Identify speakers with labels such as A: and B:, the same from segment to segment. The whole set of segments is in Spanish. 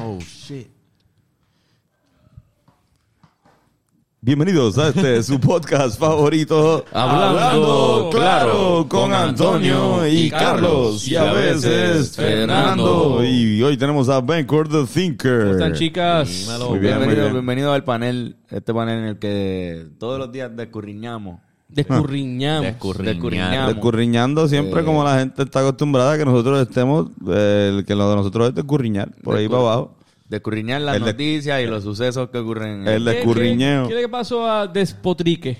A: Oh, shit. Bienvenidos a este su podcast favorito,
B: Hablando Claro,
A: con
B: con
A: Antonio y
B: y
A: Carlos y a veces Fernando.
B: Fernando.
A: Y hoy tenemos a Bancor the Thinker.
B: ¿Cómo están, chicas?
C: Dímelo.
A: Muy bien,
C: Oh, bienvenido,
A: muy bien.
C: bienvenido al panel, este panel en el que todos los días descurriñamos.
B: Descurriñamos.
C: Descurriñar.
A: Descurriñando siempre
C: Eh.
A: como la gente está acostumbrada que nosotros estemos, eh, el que lo de nosotros es descurriñar, por ahí para abajo.
C: Descurriñar las
A: El de-
C: noticias y los sucesos que ocurren.
A: El
B: ¿Qué-
A: descurriñeo.
B: ¿Qué, qué, le pasó a Despotrique?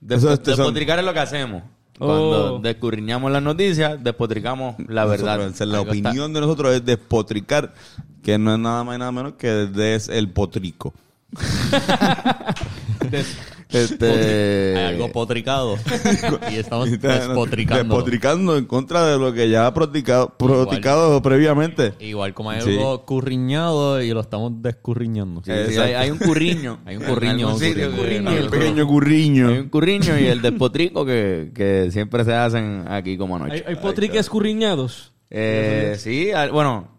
C: Despo-
A: Eso es- eso-
C: despotricar es lo que hacemos.
B: Oh.
C: Cuando descurriñamos las noticias, despotricamos la verdad.
A: Nosotros, esa es la
C: Algo está-
A: opinión de nosotros es despotricar, que no es nada más y nada menos que des el potrico.
C: Este,
D: Hay algo potricado. y estamos
A: Eh, Está-
D: despotricando.
A: Despotricando en contra de lo que ya ha practicado, practicado previamente.
D: Igual como hay
A: Sí. Eh,
D: algo curriñado y lo estamos descurriñando.
C: sí, sí, hay, hay un curriño.
D: Hay un curriño,
C: En algún sitio
D: curriño.
C: que-
D: Un
A: El
D: El
A: pequeño
C: Hay
A: curriño.
C: un curriño y el despotrico que, que siempre se hacen aquí como
B: ¿Hay,
C: noche.
B: hay potriques curriñados?
C: Eh, sí, al- bueno,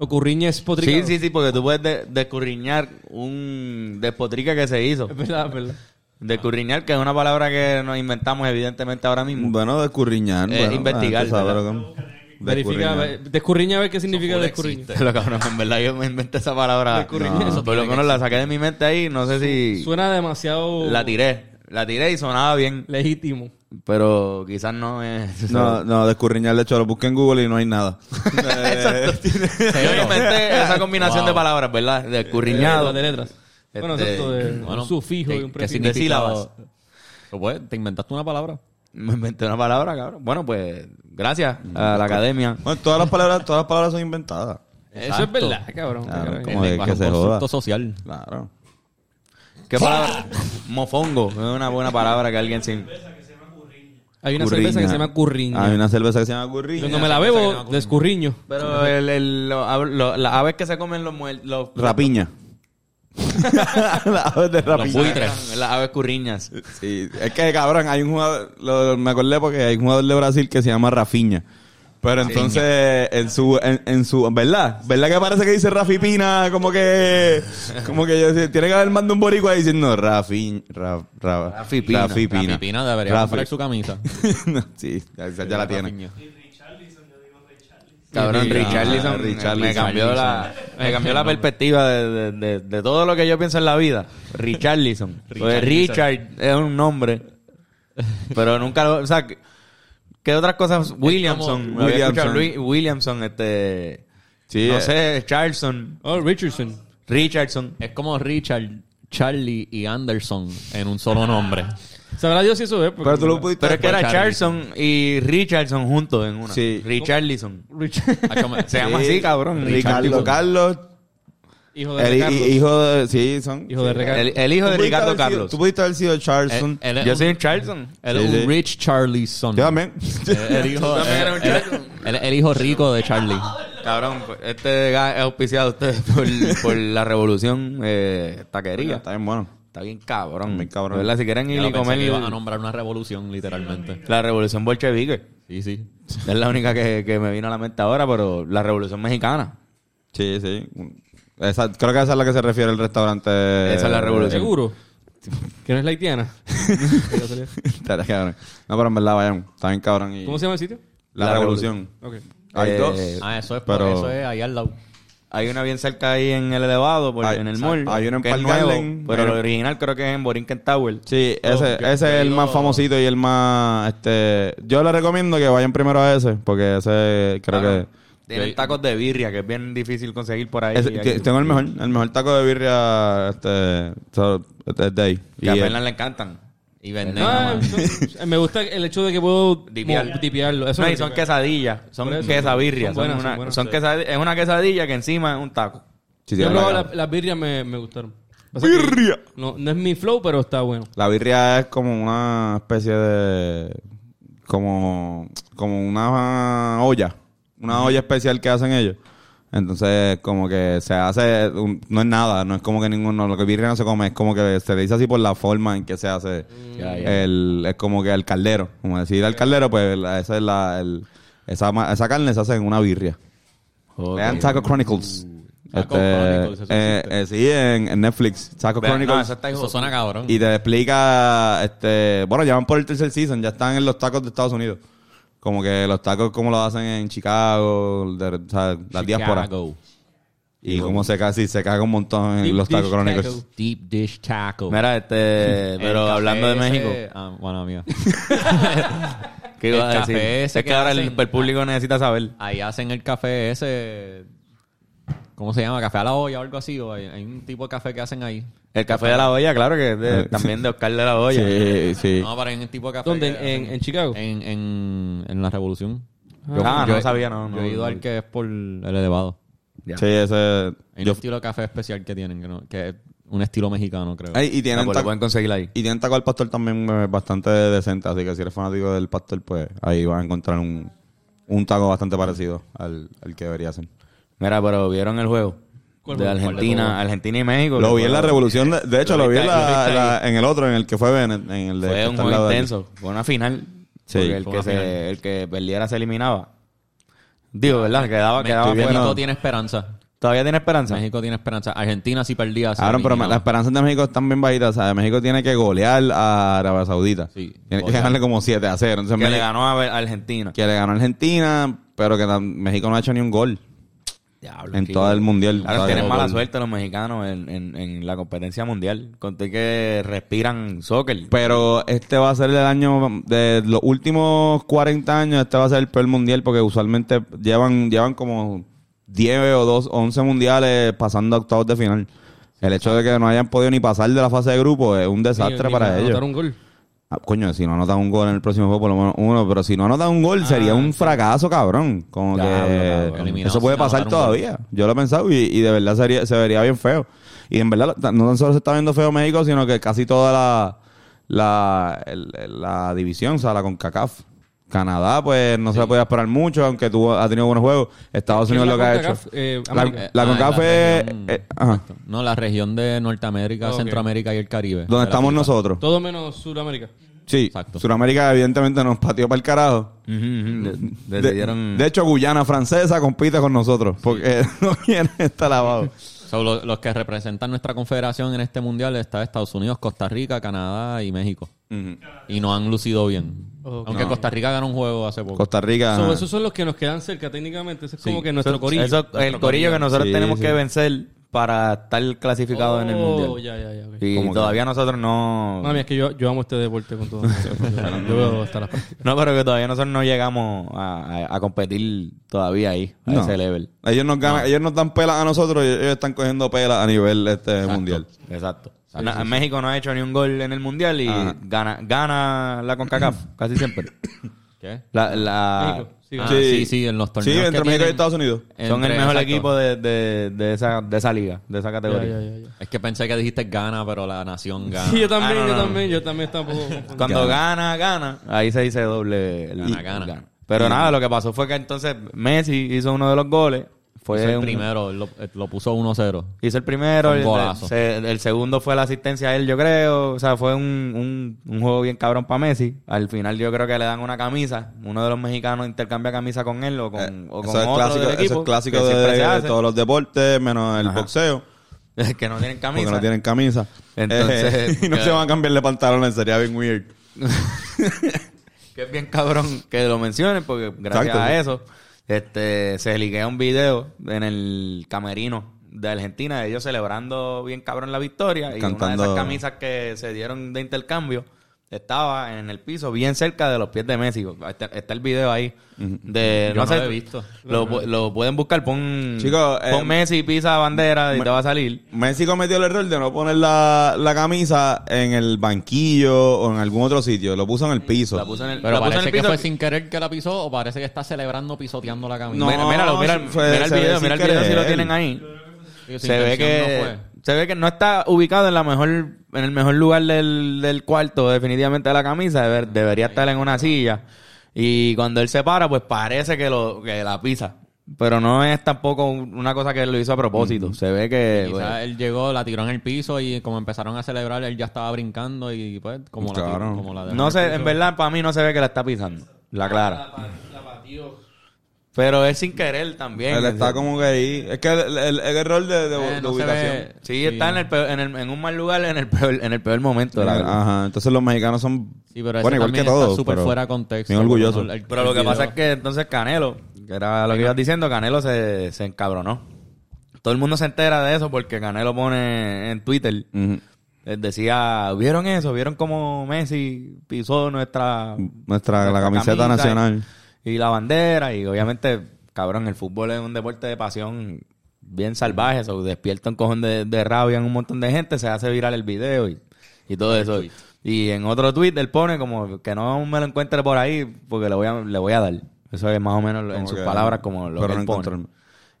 B: ¿O curriñes
C: Sí,
B: potricados?
C: sí, sí, porque tú puedes de- descurriñar un despotrica que se hizo.
B: Es verdad, es verdad.
C: Descurriñar, que es una palabra que nos inventamos evidentemente ahora mismo.
A: Bueno, descurriñar.
C: Eh,
A: bueno, ah,
C: investigar,
A: antes sabrá
C: ¿verdad?
A: cómo-
B: Verifica, eh,
A: descurriñar.
B: ve- descurriña a ver qué significa
D: full
B: descurriña.
D: existe.
C: Lo cabrón, en verdad yo me inventé esa palabra.
B: Descurriñar.
C: No,
B: Eso
C: por lo
D: tiene
C: menos la saqué de mi mente ahí, no sé si
B: Suena demasiado
C: la tiré. La tiré y sonaba bien,
B: legítimo.
C: pero quizás no es...
A: No, no, descurriñar, de hecho, lo busqué en Google y no hay nada. Eh,
C: Yo me inventé esa combinación
D: Wow.
C: de palabras, ¿verdad? Descurriñado.
B: De letras. Bueno,
C: Este,
B: exacto, de
D: Bueno,
B: un sufijo y
D: ¿qué-
B: un
D: ¿Qué
B: prefijo.
C: significa? sílabas.
D: significa? Pues, te inventaste una palabra.
C: Me inventé una palabra, cabrón. Bueno, pues gracias a la academia.
A: Bueno, todas las palabras, todas las palabras son inventadas.
B: Eso es verdad, cabrón.
A: Claro,
B: cabrón.
A: ¿cómo
D: El
A: es?
D: lenguaje
A: Que se
D: es un constructo
A: joda.
D: social.
A: Claro.
C: ¿Qué palabra? Mofongo. Es una buena palabra que alguien se...
B: Hay una cerveza que se llama curriña.
A: Hay una cerveza que se llama
B: Yo
A: curriña.
B: no me la bebo, descurriño.
C: Pero el, el- lo- ab- lo- las aves que se comen los muer- los,
A: Rapiña. La ave de
C: los
A: rapiña.
C: buitres, las aves curriñas.
A: Sí, es que cabrón, hay un jugador, lo- me acordé porque hay un jugador de Brasil que se llama Rafinha. Pero entonces, en su, en, en su, ¿verdad? ¿Verdad que parece que dice Rafi Pina? Como que, como que yo decía, tiene que haber mando un boricua diciendo Rafi, Ra, Ra-
C: Rafi Pina.
A: Rafi Pina.
D: La pipina debería
A: Rafi.
D: comprar su camisa.
A: No, sí, ya, ya la tiene.
D: Rapiña.
C: Cabrón,
D: Sí,
C: Richarlison,
A: ah, Richarlison.
C: me cambió la, me cambió la perspectiva de, de- de- de todo lo que yo pienso en la vida. Richarlison. Pues Richard es un nombre, pero nunca lo, o sea, ¿qué- ¿qué otras cosas? Williamson,
A: como-
C: lo había escuchado,
A: Williamson.
C: Luis- Williamson, este,
A: Sí,
C: no
A: eh.
C: sé, Charlson,
B: Oh, Richardson.
C: Richardson.
D: Es como Richard, Charlie y Anderson en un solo nombre.
B: Sabrá Dios si eso es. porque-
A: Pero tú lo pudiste.
C: Pero es que era
D: Charlison.
C: Charlson y Richardson juntos en una.
A: Sí.
C: Richarlison.
B: Richard-
D: Hacho, me-
C: Se llama así, cabrón.
A: Ricardo
D: Richarlison.
A: Carlos.
B: Hijo de
A: El, hi-
B: Ricardo.
A: hijo de, sí, son.
B: Hijo de
A: sí.
B: Ricardo.
C: El, el hijo
A: Tú
C: de
A: pudiste
C: Ricardo
A: haber sido-
C: Carlos. Eh,
A: Tú pudiste haber sido Charlson.
D: Él- él es
C: Yo
D: un-
C: soy un Charlson.
D: Él es
A: Sí, sí.
D: un rich Charlison.
A: Yo también.
D: El, el hijo, eh,
C: Tú también eres un
D: el- el-
C: Charleston.
D: el- el hijo rico de Charlie.
C: Cabrón, pues, este ga- es auspiciado a ustedes por, por la revolución eh, taquería.
A: Está bien bueno.
C: Está bien cabrón.
A: Bien cabrón.
C: ¿Verdad? Si quieren ir
D: Ya lo
C: y
D: pensé
C: comer
D: que iba a nombrar una revolución, literalmente.
C: la revolución bolchevique.
D: Sí, sí.
C: Es la única que, que me vino a la mente ahora, pero la revolución mexicana.
A: Sí, sí. Esa- creo que esa es a la que se refiere el restaurante.
C: Esa es la revolución.
B: ¿Seguro? ¿Que no es la haitiana?
A: Estaría cabrón. no, pero en verdad, vayan. Está bien cabrón. Y...
B: ¿Cómo se llama el sitio?
A: La,
C: La
A: revolución.
B: Ok.
A: Hay
C: Eh,
A: dos.
C: eh,
D: Ah, eso es,
A: Pero-
D: eso es ahí al lado.
C: Hay una bien cerca ahí en el elevado, por-
A: Hay-
C: en el
A: exacto.
C: mall.
A: Hay una en
C: que es
A: Park
C: nuevo,
A: Garden,
C: Pero
A: hay-
C: el original creo que es en Borinquen Tower.
A: Sí, ese, ese es el más famosito y el más. este Yo les recomiendo que vayan primero a ese, porque ese creo
C: Claro.
A: que.
C: Tienen tacos de birria, que es bien difícil conseguir por ahí.
A: ese-
C: Hay-
A: t- tengo el mejor, el mejor taco de birria este, so- este, de ahí.
C: que
A: Y
C: a
A: el-
C: Fernan le encantan. Y venden.
B: Ah,
C: No,
B: entonces, me gusta el hecho de que puedo
C: Dipear.
B: mo- dipearlo. Eso
C: no,
B: me
C: y son
B: gusta.
C: quesadillas. Son quesabirrias.
B: Son
C: Son
B: buenas,
C: una-
B: son buenas.
C: son quesadi- Es una quesadilla que encima es un taco.
A: Sí,
B: Yo he
A: tiene
B: probado
A: la-
B: la- las birrias, me, me gustaron. Pasa que
A: ¡Birria!
B: No, no es mi flow, pero está bueno.
A: La birria es como una especie de. como. como una olla. Una olla especial que hacen ellos. Entonces, como que se hace. un- no es nada, no es como que ninguno. Lo que birria no se come, es como que se le dice así por la forma en que se hace.
D: Mm.
C: Ya, ya.
A: El, es como que el caldero. Como decir al caldero, pues la- esa es la. el- esa, ma- esa carne se hace en una birria. Vean Taco Chronicles.
D: Taco
A: Este,
D: Chronicles, eso
A: eh,
D: existe.
A: eh, sí, en, en Netflix. Taco
C: Vean,
A: Chronicles.
C: no, esa está hijo-
D: Eso suena cabrón.
A: Y te explica, este, bueno, ya van por el tercer season, ya están en los tacos de Estados Unidos. Como que los tacos como lo hacen en Chicago, de- o sea, las diásporas.
D: Chicago.
A: Y como se casi se caga un montón en
B: Deep
A: los tacos
B: dish
A: crónicos.
B: taco.
D: Deep dish taco.
C: Mira, este,
D: El
C: pero
D: café
C: hablando de
D: ese-
C: México,
D: Ah, bueno, amigo.
C: ¿qué iba
D: el
C: a decir?
D: café
C: Es
D: ese
C: que,
D: que
C: ahora el,
D: hacen-
C: el público necesita saber.
D: Ahí hacen el café ese. ¿Cómo se llama? ¿Café a la olla o algo así? O hay, hay un tipo de café que hacen ahí.
C: El café de la olla, claro que es de- también de Oscar de la olla.
A: Ah, Sí, sí.
D: No, pero hay un tipo de café.
B: ¿Dónde?
D: que
B: ¿En-
D: hacen-
B: en Chicago?
D: En, en, en la Revolución.
C: Ah,
D: yo-
C: no sabía, no.
D: Yo
C: no,
D: he ido
C: no.
D: al que es por el elevado.
A: Sí, ese...
D: Hay
A: yo-
D: un estilo de café especial que tienen, que, no- que es un estilo mexicano, creo.
A: Ay, y
C: Ah,
A: tienen
C: pues lo
A: taco-
C: pueden conseguir ahí.
A: y tienen taco al pastor también eh, bastante decente, así que si eres fanático del pastor, pues ahí vas a encontrar un, un taco bastante parecido al, al que debería ser.
C: Mira, pero vieron el juego.
B: ¿Cuál
C: De
B: juego? ¿Cuál de
C: Argentina,
B: todo?
C: Argentina y México.
A: Lo
C: que
A: vi en la
C: fue-
A: revolución, de, de hecho
C: Lo
A: lo vi en,
C: viste ahí, lo
A: la,
C: viste
A: la- en el otro, en el que fue Bennett, en el de... que
C: Fue un
A: está al lado
C: juego
A: de él.
C: intenso. Fue una final.
A: Sí,
C: porque el,
D: fue
C: que
D: una
C: se-
D: final.
C: el que perdiera se eliminaba. Digo, ¿verdad? Quedaba, quedaba
D: Ah, México
C: fuera.
D: tiene esperanza.
C: ¿Todavía tiene esperanza?
D: México tiene esperanza. Argentina sí perdía. se
A: Cabrón, pero me-
D: eliminaba.
A: las esperanzas de México están bien bajitas. ¿sabes? México tiene que golear a Arabia Saudita.
D: Sí,
A: tiene que
D: golear.
A: ganarle como 7 a 0. Entonces,
C: Que le
A: México-
C: ganó a a Argentina.
A: que le ganó a Argentina, pero que tam- México no ha hecho ni un gol
C: Diablo,
A: en
C: chico.
A: todo el mundial. O
C: Claro,
A: sea,
C: tienen
A: no
C: mala
A: gol.
C: suerte los mexicanos en, en- en la competencia mundial. Conté que respiran soccer.
A: Pero este va a ser el año de los últimos 40 años. Este va a ser el peor mundial porque usualmente llevan, llevan como 10 o 2, 11 mundiales pasando a octavos de final. El hecho de que no hayan podido ni pasar de la fase de grupo es un desastre
B: Ni- ni
A: para ellos.
B: Anotar un gol.
A: Ah, coño, si no anotan un gol en el próximo juego, por lo menos uno. Pero si no anotan un gol, sería un fracaso, cabrón. Como
C: Diablo,
A: que
D: Ah, cabrón.
A: eso puede
D: Eliminado sin anotar
A: pasar
D: un
A: todavía. Yo lo he pensado y, y de verdad sería- se vería bien feo. Y en verdad, no tan solo se está viendo feo México, sino que casi toda la, la, el- el- la división, o sea, la CONCACAF. Canadá, pues no se podía esperar mucho, aunque tuvo, ha tenido buenos juegos. Estados
B: ¿Qué es
A: Unidos lo que
B: la
A: ha
B: CONCACAF?
A: hecho.
B: Eh,
A: la
B: América.
A: la
D: Ah,
A: CONCACAF
D: la
A: es-
D: región.
A: eh, ajá,
D: No, la región de Norteamérica,
B: Ok.
D: Centroamérica y el Caribe.
A: donde estamos nosotros.
B: Todo menos Sudamérica.
A: Sí,
D: Exacto.
A: Sudamérica evidentemente nos pateó para el carajo. De,
C: Decidieron...
A: de hecho, Guyana francesa compite con nosotros porque no viene está lavado.
D: So, lo- los que representan nuestra confederación en este mundial está Estados Unidos, Costa Rica, Canadá y México. Y no han lucido bien.
B: Ok.
D: Aunque
B: No.
D: Costa Rica ganó un juego hace poco.
A: Costa Rica.
B: So, esos son los que nos quedan cerca técnicamente. Ese es como que nuestro
C: Ah. Eso-
B: corillo.
C: eso- el corillo que nosotros
A: Sí,
C: tenemos
A: sí.
C: que vencer para estar clasificado en el
B: Oh,
C: mundial.
B: ya, ya, ya. ok.
C: Y
A: ¿Cómo que?
C: todavía nosotros no.
B: Mami, es que yo, yo amo este deporte con todo. mi ser. yo, yo veo hasta las prácticas.
C: No, pero que todavía nosotros no llegamos a, a- a competir todavía ahí, a
A: No.
C: ese level.
A: Ellos nos
C: Ah.
A: ganan, ellos nos dan pelas a nosotros y ellos están cogiendo pelas a nivel este mundial.
C: Exacto. No, en México no ha hecho ni un gol en el mundial y
A: Ajá.
C: gana, gana la CONCACAF casi siempre.
D: ¿Qué?
C: La, la-
B: México, sí,
D: Ah, sí, sí, en los torneos
A: Sí,
D: que
A: entre México
D: tienen-
A: y Estados Unidos.
C: son
D: Entre-
C: el mejor
D: exacto.
C: equipo de, de- de esa, de esa liga, de esa
B: Ya,
C: categoría.
B: ya, ya, ya.
D: Es que pensé que dijiste Gana, pero la nación gana.
B: Sí, yo también,
C: Ah, no,
B: yo
C: no, no.
B: también, yo también estaba un poco confundido.
C: Cuando gana, gana. Ahí se dice doble. el-
D: Gana,
C: y-
D: gana.
C: Pero nada, lo que pasó fue que entonces Messi hizo uno de los goles. Fue
D: Hizo el
C: un-
D: primero, lo, lo puso 1-0.
C: Hizo el primero.
D: Un
C: el,
D: golazo.
C: se- el segundo fue la asistencia a él, yo creo. O sea, fue un, un- un juego bien cabrón para Messi. Al final yo creo que le dan una camisa. Uno de los mexicanos intercambia camisa con él o con, o con
A: Eh, eso, es
C: otro
A: clásico,
C: del
A: eso
C: equipo,
A: es clásico
C: que
A: de,
C: siempre se
A: de
C: hace.
A: todos los deportes, menos el
C: Ajá.
A: boxeo,
C: que no tienen
A: porque
C: camisa.
A: no tienen camisa.
C: Entonces,
A: Eh, y no
C: ¿qué?
A: se van a cambiar de pantalones, sería bien weird.
C: Que es bien cabrón que lo mencionen, porque gracias
A: Exacto, sí.
C: a eso este, se liguea un video en el camerino de Argentina, de ellos celebrando bien cabrón la victoria. Y una de
A: Cantando.
C: esas camisas que se dieron de intercambio estaba en el piso, bien cerca de los pies de Messi. Está, está el video ahí. De,
D: Yo no lo he visto.
C: Lo, pu- lo pueden buscar, pon,
A: Chicos,
C: pon
A: eh,
C: Messi, pisa bandera y
A: me-
C: te va a salir.
A: Messi cometió el error de no poner la, la camisa en el banquillo o en algún otro sitio. Lo puso en el piso.
C: La puso en el,
D: Pero
C: la puso en
D: parece
C: el
D: que
C: piso.
D: fue sin querer que la pisó o parece que está celebrando pisoteando la camisa.
A: No,
C: Mira- míralo, mira,
A: fue-
C: mira el
A: se ve
C: video,
A: sin
C: mira el video si lo
A: querer.
C: tienen ahí.
D: Digo, su
C: se ve
D: intención no
C: que
D: fue.
C: se ve que no está ubicado en la mejor en el mejor lugar del, del cuarto definitivamente de la camisa Debe- debería estar en una silla y cuando él se para pues parece que lo que la pisa pero no es tampoco un- una cosa que él lo hizo a propósito se ve que
D: Quizá
C: pues,
D: él llegó, la tiró en el piso y como empezaron a celebrar, él ya estaba brincando y pues como la
A: Claro.
D: tiró, como la dejó.
C: no sé en verdad para mí no se ve que la está pisando la clara Pero es sin querer también.
A: Él
C: O sea,
A: está como que ahí. Es que el, el- el error de, de-
D: Eh,
A: de
D: no se
A: ubicación.
D: ve.
C: Sí, está en, el peor- en, el- en un mal lugar, en el peor, en el peor momento. de la verdad.
A: Ajá, entonces los mexicanos son.
D: Sí, pero ese
A: bueno, igual que
D: también
A: todos.
D: está súper
A: pero
D: fuera de contexto.
A: Bien orgulloso.
D: El- el
C: Pero lo que
D: video-
C: pasa es que entonces Canelo, que era lo que ibas diciendo, Canelo se, se encabronó. Todo el mundo se entera de eso porque Canelo pone en Twitter,
A: Ujú.
C: eh, decía, ¿vieron eso? ¿Vieron cómo Messi pisó nuestra...
A: Nuestra la camiseta
C: camisa
A: nacional.
C: Y, y la bandera, y obviamente, cabrón, el fútbol es un deporte de pasión bien salvaje, eso despierta un cojón de, de rabia en un montón de gente, se hace viral el video y, y todo eso. Y en otro tweet él pone como que no me lo encuentre por ahí porque le voy a, le voy a dar. Eso es más o menos en
A: Como
C: sus
A: que-
C: palabras como lo
A: pero
C: que
A: no
C: él pone.
A: encontrarme.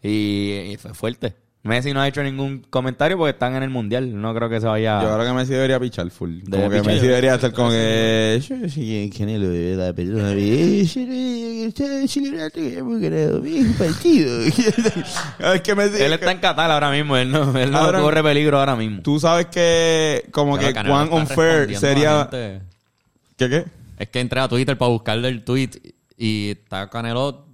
C: Y, y fue fuerte. Messi no ha hecho ningún comentario porque están en el mundial. No creo que se vaya.
A: Yo creo que Messi debería pichar full.
C: Debería
A: como que
C: pichar.
A: Messi debería hacer como que.
E: Yo no sé quién, quién es lo de la persona. Eh, Yo no sé quién está celebrando que hemos ganado bien partido.
A: Es que Messi.
C: Él está en Qatar ahora mismo. Él no, él no
A: Cabrón.
C: corre peligro ahora mismo.
A: Tú sabes que. Como
D: Claro,
A: que
D: Canelo
A: cuán
D: está
A: unfair
D: respondiendo a
A: sería.
D: gente.
A: ¿Qué qué?
D: Es que entré a Twitter para buscarle el tweet y está Canelo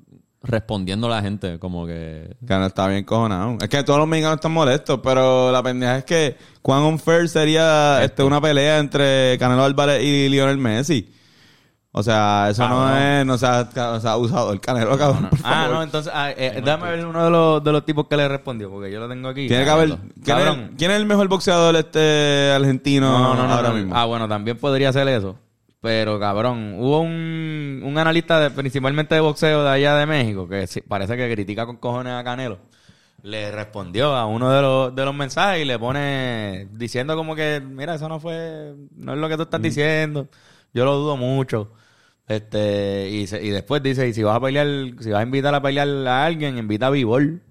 D: respondiendo a la gente, como que.
A: Canelo está bien cojonado. Es que todos los mexicanos están molestos, pero la pendeja es que cuán unfair sería este, una pelea entre Canelo Álvarez y Lionel Messi. O sea, eso no
C: Cabrón.
A: es, no sea, ca- o sea, usador Canelo, cabrón. por
C: Ah,
A: favor.
C: no, entonces, ah, eh, dame ver uno de los, de los tipos que le respondió, porque yo lo tengo aquí.
A: Tiene que
C: Ah,
A: haber. ¿quién es,
C: Cabrón.
A: quién es el mejor boxeador este argentino
C: No, no, no, no,
A: ahora
C: no.
A: mismo?
C: Ah, bueno, también podría ser eso. Pero, cabrón, hubo un, un analista de, principalmente de boxeo de allá de México, que sí- parece que critica con cojones a Canelo. Le respondió a uno de los, de los mensajes y le pone diciendo como que, mira, eso no fue, no es lo que tú
A: Mm.
C: estás diciendo. Yo lo dudo mucho. Este, y, se- y después dice, y si vas a pelear, si vas a invitar a pelear a alguien, invita a Vivol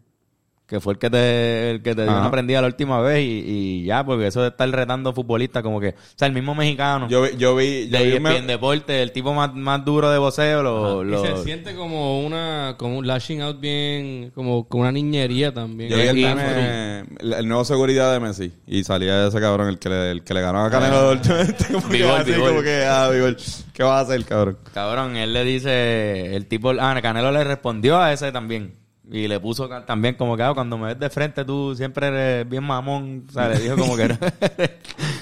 C: que fue el que te, el que te dio
A: Ajá.
C: una prendida la última vez y, y ya, porque eso de estar retando futbolistas como que, o sea, el mismo mexicano,
A: Yo vi, yo vi, yo
C: de
A: vi un
C: ESPN
A: me-
C: Deporte, el tipo más, más duro de voceo, lo,
B: Y
C: lo-
B: se siente como una como un lashing out bien como, como una niñería también
A: yo vi el,
B: Y-
A: meme, el- el nuevo seguridad de Messi y salía ese cabrón el que le, el que le ganó a
C: Ah.
A: Canelo últimamente, como que
C: Bigol,
A: así,
C: Bigol.
A: como que ah, Bigol, ¿qué vas a hacer, cabrón?
C: cabrón, él le dice, el tipo, ah, Canelo le respondió a ese también. Y le puso ca- también como que, ah, cuando me ves de frente tú siempre eres bien mamón. O sea, le dijo como que eres,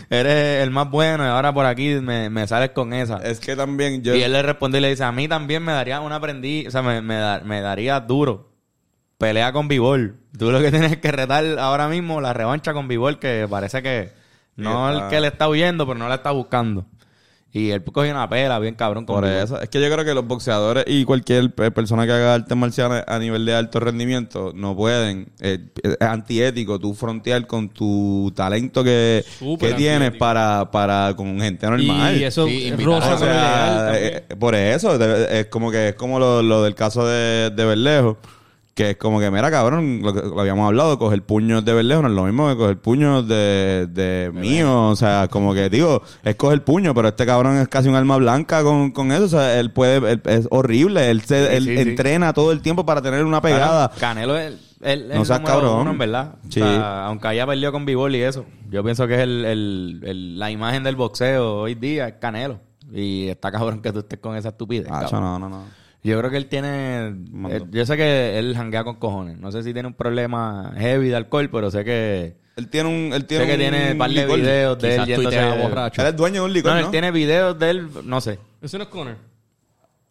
C: eres el más bueno y ahora por aquí me, me sales con esa.
B: Ah.
A: Es que también yo
C: Y él le responde y le dice, a mí también me daría una prendida, o sea, me, me da- me daría duro. Pelea con Bivol. Tú lo que tienes que retar ahora mismo la revancha con Bivol, que parece que no
A: Sí, está.
C: el que le está huyendo, pero no la está buscando. Y él cogió una pela bien cabrón con
A: por
C: Bivol.
A: eso, es que yo creo que los boxeadores y cualquier eh, persona que haga artes marciales a nivel de alto rendimiento no pueden, eh, es antiético tú frontear con tu talento que,
B: Súper
A: que tienes
B: antiético.
A: para, para con gente normal.
B: Y eso
D: Sí, invitar.
B: rosa
A: O
B: con el legal
A: sea,
B: también.
A: eh, eh, por eso, de- es como que es como lo, lo del caso de, de Berlejo, que es como que, mira, cabrón, lo, que- lo habíamos hablado, coger puños de Berlejo no es lo mismo que coger puños de, de mío, o sea, como que digo, es coger puño, pero este cabrón es casi un alma blanca con, con eso, o sea, él puede, él- es horrible, él, se,
C: Sí,
A: él
C: sí, sí.
A: entrena todo el tiempo para tener una pegada.
C: Cabrón, Canelo es el, el
A: No seas
C: número
A: cabrón.
C: uno, en verdad. O
A: Sí.
C: sea, aunque haya perdido con Bivol y eso, yo pienso que es el, el- el- la imagen del boxeo hoy día, es Canelo. Y está cabrón que tú estés con esa estupidez.
A: Ah,
C: cabrón.
A: no, no, no.
C: Yo creo que él tiene.
A: Mando.
C: eh, yo sé que él janguea con cojones. No sé si tiene un problema heavy de alcohol, pero sé que.
A: Él tiene un, él tiene
C: Sé que
A: un
C: tiene un par de
A: licor.
C: videos de él
D: Quizás tuitea
C: yéndose
D: borracho.
A: Él es dueño de un licor,
C: No,
A: ¿no?
C: él tiene videos de él, no sé.
B: Eso no es Connor.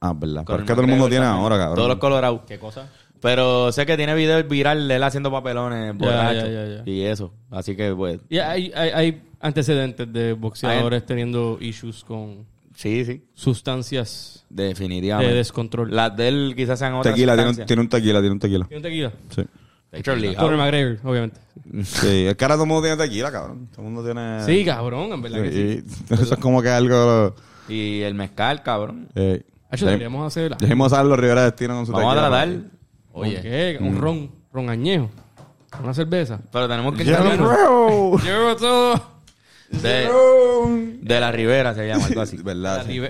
A: Ah, verdad.
C: Con
A: Pero es que todo el mundo tiene ahora, cabrón.
C: Todos los colorados.
D: ¿Qué cosa?
C: Pero sé que tiene videos viral de él haciendo papelones borracho
B: ya, ya, ya.
C: y eso. Así que, pues.
B: Y hay, hay, hay antecedentes de boxeadores teniendo issues con
C: Sí, sí.
B: sustancias
C: Definitivamente.
B: De descontrol.
C: Las de él quizás sean otras.
A: Tequila, tiene, un-
C: sustancias.
A: tiene un tequila, tiene un tequila.
B: ¿Quién te guía?
A: Sí.
C: De hecho, ligado.
B: Conor McGregor, obviamente.
A: Sí, es que ahora todo el mundo tiene tequila, cabrón. Todo el mundo tiene.
B: Sí, cabrón, en verdad que sí.
A: Ah. Sí, y- Eso es como que algo.
C: Y el mezcal, cabrón.
A: Eh,
B: Hacho,
A: ya
B: deberíamos hacer...
A: ya mismo salen los Rivera Destino con su
C: Vamos a
A: tequila,
C: tratar.
A: papi.
B: Oye. Un ron, ron añejo. Una cerveza.
C: Pero tenemos que
A: Ya
C: cambiar-
A: no
B: Llevo todo.
C: de,
A: creo.
C: de la Ribera se llama algo así.
A: ¿Verdad? sí.
B: Arriba.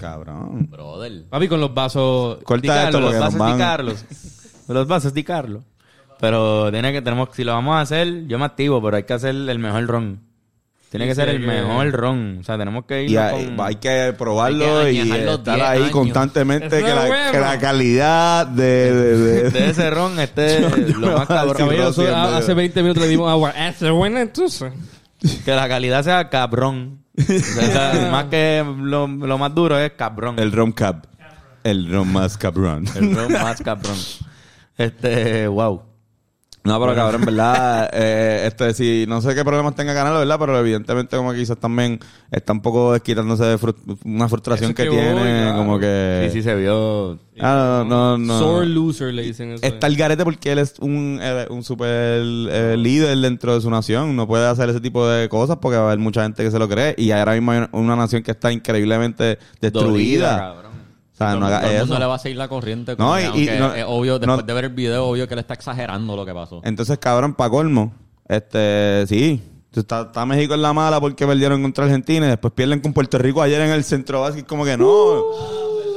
A: Cabrón.
D: Brother.
B: Papi, con los vasos...
A: Corta
C: Di Carlo,
A: esto porque nos
C: los vasos
A: van.
C: de Carlos. Los vasos de Carlos. Pero tiene que tenemos si lo vamos a hacer, yo me activo, pero hay que hacer el mejor ron. Tiene que ser el mejor ron. O sea, tenemos que ir
A: Y hay, hay que probarlo
D: Hay que
A: y
D: añejarlo
A: estar
D: 10
A: ahí
D: años.
A: constantemente
B: Eso
A: que
B: es
A: la,
B: bueno.
A: que la calidad de... de- de-
C: de ese ron, este es
A: yo me
C: lo más
A: voy a
C: cabrón.
A: decir,
B: Caballero, eso-
A: haciendo
B: a-
A: yo.
B: hace 20 minutos le dimos agua. Hace buena entonces.
C: Que la calidad sea cabrón. O sea, más que lo, lo más duro es cabrón.
A: el rom cap. El rom más cabrón.
C: El ron más cabrón. Este, wow.
A: No, pero cabrón, en verdad, eh, este, sí, no sé qué problemas tenga Canelo, ¿verdad? Pero evidentemente como que quizás también está un poco desquitándose de frus- una frustración
B: Eso es
A: que,
B: que
A: tiene,
B: voy, claro.
A: como que...
C: Sí, sí se vio.
A: Ah, no, no, no.
B: Sore loser le dicen eso. eh.
A: Está el garete porque él es un, eh, un super eh, líder dentro de su nación. No puede hacer ese tipo de cosas porque va a haber mucha gente que se lo cree. Y ahora mismo hay una, una nación que está increíblemente
C: Dolida,
A: destruida.
C: cabrón.
A: o sea,
D: Todo
A: Ah, no
D: el- todo
A: haga
D: el mundo
A: eso.
D: le va a seguir la corriente.
A: No,
D: No,
A: y- y no-
D: es obvio, después
A: no-
D: de ver el video, obvio que le está exagerando lo que pasó.
A: Entonces, cabrón, pa' colmo. Este, sí. Está, está México en la mala porque perdieron contra Argentina y después pierden con Puerto Rico ayer en el centro básquet. Como que no.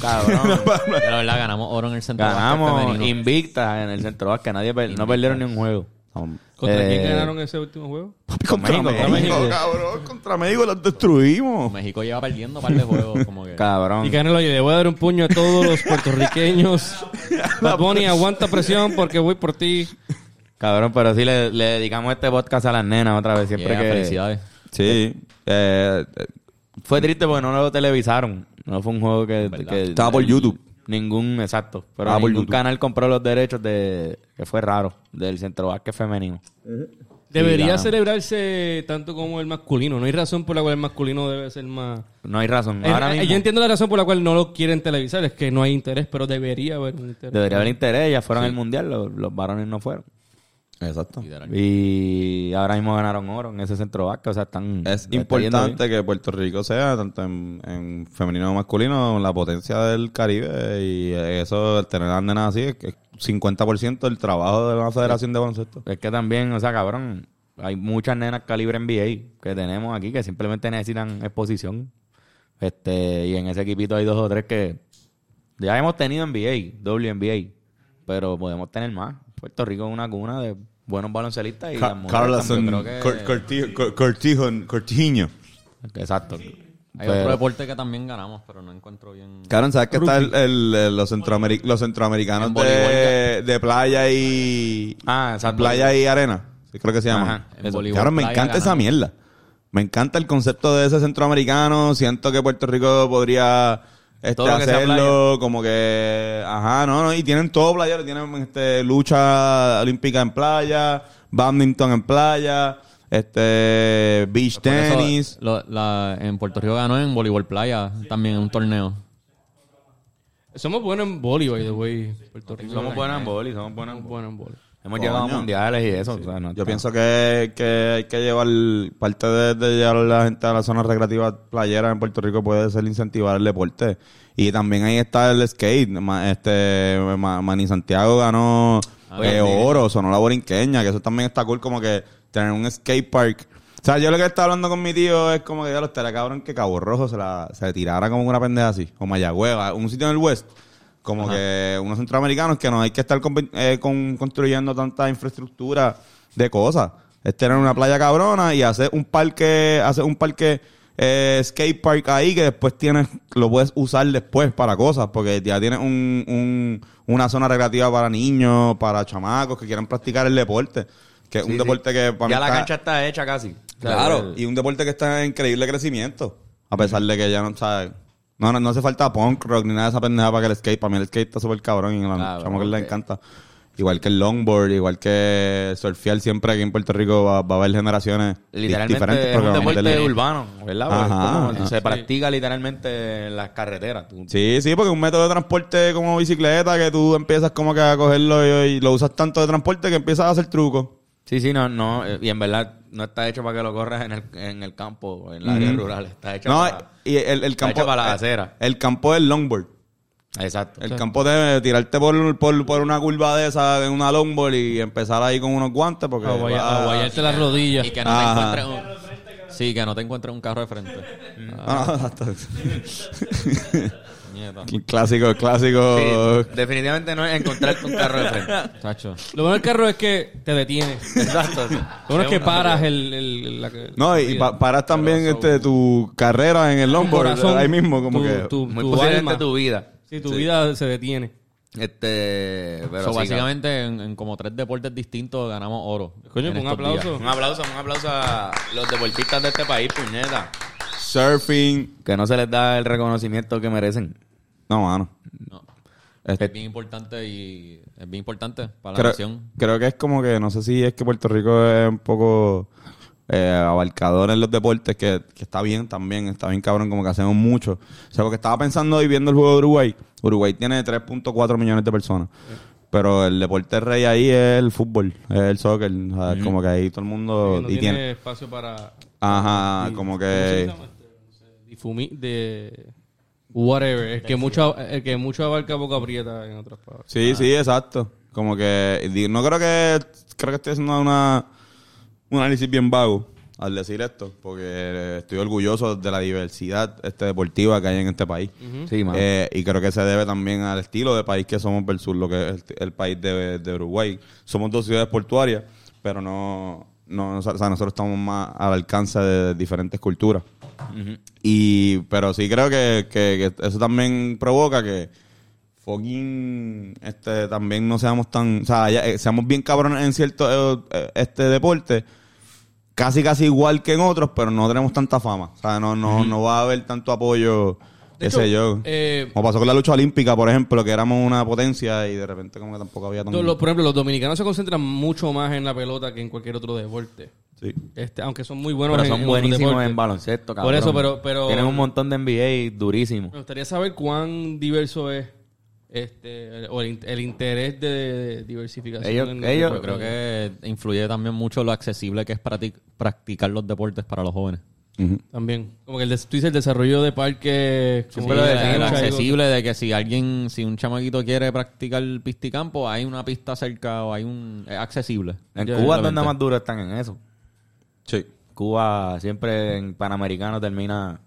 C: Cabrón.
D: Pero la verdad, ganamos oro en el centro básquet
C: Ganamos
D: femenino.
C: invicta en el centro básquet. Nadie per- no perdieron ni un juego.
B: ¿Contra quién
C: Eh,
B: ganaron ese último juego?
A: Papi, contra México,
C: México,
B: México.
A: cabrón. Contra México los destruimos.
D: México lleva perdiendo un par de juegos. Como que...
B: Y
C: Cabrón.
B: Canelo, oye, le voy a dar un puño a todos los puertorriqueños. Bad Bunny, aguanta presión porque voy por ti.
C: Cabrón, pero sí le, le dedicamos este podcast a las nenas otra vez. Siempre
D: Yeah,
C: que.
D: Felicidades.
A: Sí. Eh, eh,
C: Fue triste porque no lo televisaron. No fue un juego que, que-
A: Estaba por YouTube.
C: Ningún, exacto. Pero
A: Estaba por
C: ningún
A: YouTube.
C: canal compró los derechos de. que fue raro. Del centro básquet femenino.
B: Debería
C: Sí,
B: celebrarse tanto como el masculino. No hay razón por la cual el masculino debe ser más...
C: No hay razón.
B: Eh,
C: Ahora
B: eh,
C: mismo.
B: Yo entiendo la razón por la cual no lo quieren televisar. Es que no hay interés, pero debería haber un interés.
C: Debería haber interés. Ya fueron al mundial. Los, los varones no fueron.
A: exacto.
C: Y ahora mismo ganaron oro en ese centro básquet. O sea, están.
A: Es
C: le está yendo bien.
A: importante que Puerto Rico sea, tanto en, en femenino como masculino, la potencia del Caribe y eso, el tener a las nenas así, es que es 50% del trabajo de la Federación de Baloncesto.
C: Es que también, o sea, cabrón, hay muchas nenas calibre NBA que tenemos aquí que simplemente necesitan exposición. Este, y en ese equipito hay dos o tres que ya hemos tenido NBA, WNBA, pero podemos tener más. Puerto Rico es una cuna de buenos baloncelistas y las mujeres también, creo
A: Cor- Corti- Cor- Cortijo- Cortiño.
C: que- Exacto.
D: Hay
A: Pues-
C: Pero-
D: otro deporte que también ganamos, pero no encuentro bien.
A: Cabrón, ¿sabes que está el, el- el- los, centroameri- los centroamericanos
D: En
A: de,
D: voleibol,
A: de playa y
C: Ah, exacto.
A: playa y arena? Sí, creo que se llama.
C: Ajá,
D: en
A: Eso.
D: voleibol
A: Cabrón, me
D: playa
A: encanta esa
D: ganamos.
A: mierda. Me encanta el concepto de ese centroamericano. Siento que Puerto Rico podría este,
C: Todo lo que sea
A: hacerlo. Como que. Ajá, no, no. Y tienen todo playero. Tienen este, lucha olímpica en playa, badminton en playa, este beach
D: Por eso,
A: tenis.
D: lo- la- en Puerto Rico ganó en voleibol playa también en un torneo.
B: Somos buenos en boli, by the way. Puerto Rico.
C: Somos buenas en boli, somos buenas en
B: Somos
C: boli.
B: buenos en boli.
C: Hemos llegado a
A: Coño.
C: mundiales y eso. o sea, no
A: Yo
C: está-
A: pienso que, que hay que llevar parte de, de llevar a la gente a la zona recreativa playera en Puerto Rico puede ser incentivar el deporte. Y también ahí está el skate. Ma- Este Ma- Manny Santiago ganó
C: Ah,
A: eh, oro, sonó la borinqueña, que eso también está cool como que tener un skate park. O sea, yo lo que estaba hablando con mi tío es como que ya lo estaría cabrón que Cabo Rojo se la se le tirara como una pendeja así. O Mayagüez, un sitio en el West. Como que unos centroamericanos que no hay que estar con- eh, con- construyendo tanta infraestructura de cosas. Es tener una playa cabrona y hacer un parque, hacer un parque eh, skate park ahí que después tienes, lo puedes usar después para cosas, porque ya tienes un, un- una zona recreativa para niños, para chamacos que quieran practicar el deporte. Que es
C: Sí,
A: un
C: sí.
A: deporte que para
C: Ya
A: mí
C: la
A: está-
C: cancha está hecha casi. O sea,
A: Claro,
C: el-
A: y un deporte que está en increíble crecimiento. A pesar de que ya no, sabe, no, no, no hace falta punk rock ni nada de esa pendeja para que el skate. Para mí el skate está súper cabrón y a los
C: Claro,
A: chamos que les
C: ok.
A: encanta. Igual que el longboard, igual que surfear, siempre aquí en Puerto Rico va, va a haber generaciones di- diferentes.
C: Literalmente es
A: porque vamos
C: un
A: a
C: deporte
A: meterle-
C: urbano, ¿verdad?
A: Ajá,
C: Porque es como-
A: ajá.
C: se practica literalmente en las carreteras. Tú-
A: Sí, sí, porque es un método de transporte como bicicleta que tú empiezas como que a cogerlo y, y lo usas tanto de transporte que empiezas a hacer trucos.
C: Sí, sí, no, no. eh, Y en verdad no está hecho para que lo corras en el, en el campo, en las áreas rurales. Está hecho
A: No, eh,
C: para...
A: y el, el campo...
C: hecho para la
A: el-
C: acera.
A: El campo del longboard.
C: Exacto.
A: El campo de tirarte por, por, por una curva de esa, de una longboard y empezar ahí con unos guantes porque...
B: Aguaya-
A: va-
B: Aguayarte las rodillas.
D: Y que no
A: Ajá.
D: te encuentres un... Sí, que no te encuentres un carro de frente.
A: Ah, exacto.
D: Nieta.
A: Clásico, clásico.
C: Sí, definitivamente no es encontrarte un carro de frente.
D: Chacho.
B: Lo bueno del carro es que te detienes.
C: Exacto.
B: Lo bueno es que paras el... el- la-
A: No, y pa- paras también este, tu carrera en el
B: tu
A: longboard.
B: corazón,
A: ahí mismo, como
B: tu-
A: que.
B: tu-
C: Muy
B: tu
C: posiblemente
B: alma.
C: tu vida.
B: Sí, tu vida se detiene.
C: Este, pero
D: So,
C: sí,
D: básicamente, en, en como tres deportes distintos ganamos oro.
B: Coño,
D: En
B: un
D: estos días.
B: aplauso.
C: cabrón. Un aplauso, un aplauso a los deportistas de este país, puñeta.
A: Surfing.
C: Que no se les da el reconocimiento que merecen.
A: No, mano.
D: No.
A: Este-
D: Es bien importante y es bien importante para la
A: creo,
D: nación.
A: creo que es como que, no sé si es que Puerto Rico es un poco eh, abarcador en los deportes, que, que está bien también, está bien cabrón, como que hacemos mucho. O sea, porque estaba pensando hoy viendo el juego de Uruguay. Uruguay tiene 3.4 millones de personas. Pero el deporte rey ahí es el fútbol, es el soccer. o sea, Como que ahí todo el mundo.
B: No
A: y
B: tiene,
A: tiene,
B: espacio para...
A: Ajá,
B: y-
A: como
B: ¿cómo
A: que.
B: se llama? Este, difumi- de... Whatever. Es que mucho, el que mucho abarca, poco aprieta, en otras palabras.
A: Sí, sí, exacto. Como que di- no creo que creo que estoy haciendo una un análisis bien vago al decir esto, porque estoy orgulloso de la diversidad este deportiva que hay en este país.
C: Sí, mano.
A: Eh, y creo que se debe también al estilo de país que somos versus lo que es el, el país de, de Uruguay. Somos dos ciudades portuarias, pero no, no o sea, nosotros estamos más al alcance de diferentes culturas. Y, pero sí creo que, que- que eso también provoca que fucking este también no seamos tan, o sea, ya, eh, seamos bien cabrones en cierto eh, eh, este deporte, casi casi igual que en otros, pero no tenemos tanta fama. O sea, no, no, no va a haber tanto apoyo,
B: De
A: qué
B: hecho,
A: sé yo.
B: eh,
A: Como pasó con la lucha olímpica, por ejemplo, que éramos una potencia y de repente como que tampoco había tanto.
B: Lo- lo- por ejemplo, los dominicanos se concentran mucho más en la pelota que en cualquier otro deporte.
A: Sí.
B: Este, aunque son muy buenos
C: pero
B: en-
C: son
B: en otros
C: buenísimos
B: deportes.
C: en baloncesto, cabrón.
B: Por eso, pero- pero-
C: Tienen un montón de NBA durísimo.
B: Me gustaría saber cuán diverso es este, el, o el, in- el interés de diversificación.
C: Ellos-
B: en-
C: ellos-
D: Yo creo que influye también mucho lo accesible que es practic- practicar los deportes para los jóvenes.
A: Ujú.
B: También. Como que el, des- tú dices el desarrollo de parques... como
D: Siempre lo
B: que
D: decimos,
B: hay mucha-
D: accesible de que si alguien, si un chamaquito quiere practicar pisticampo, hay una pista cerca o hay un... es accesible.
C: En
D: Ya,
C: Cuba,
D: simplemente.
C: donde más duro están en eso.
A: Sí.
C: Cuba siempre en Panamericano termina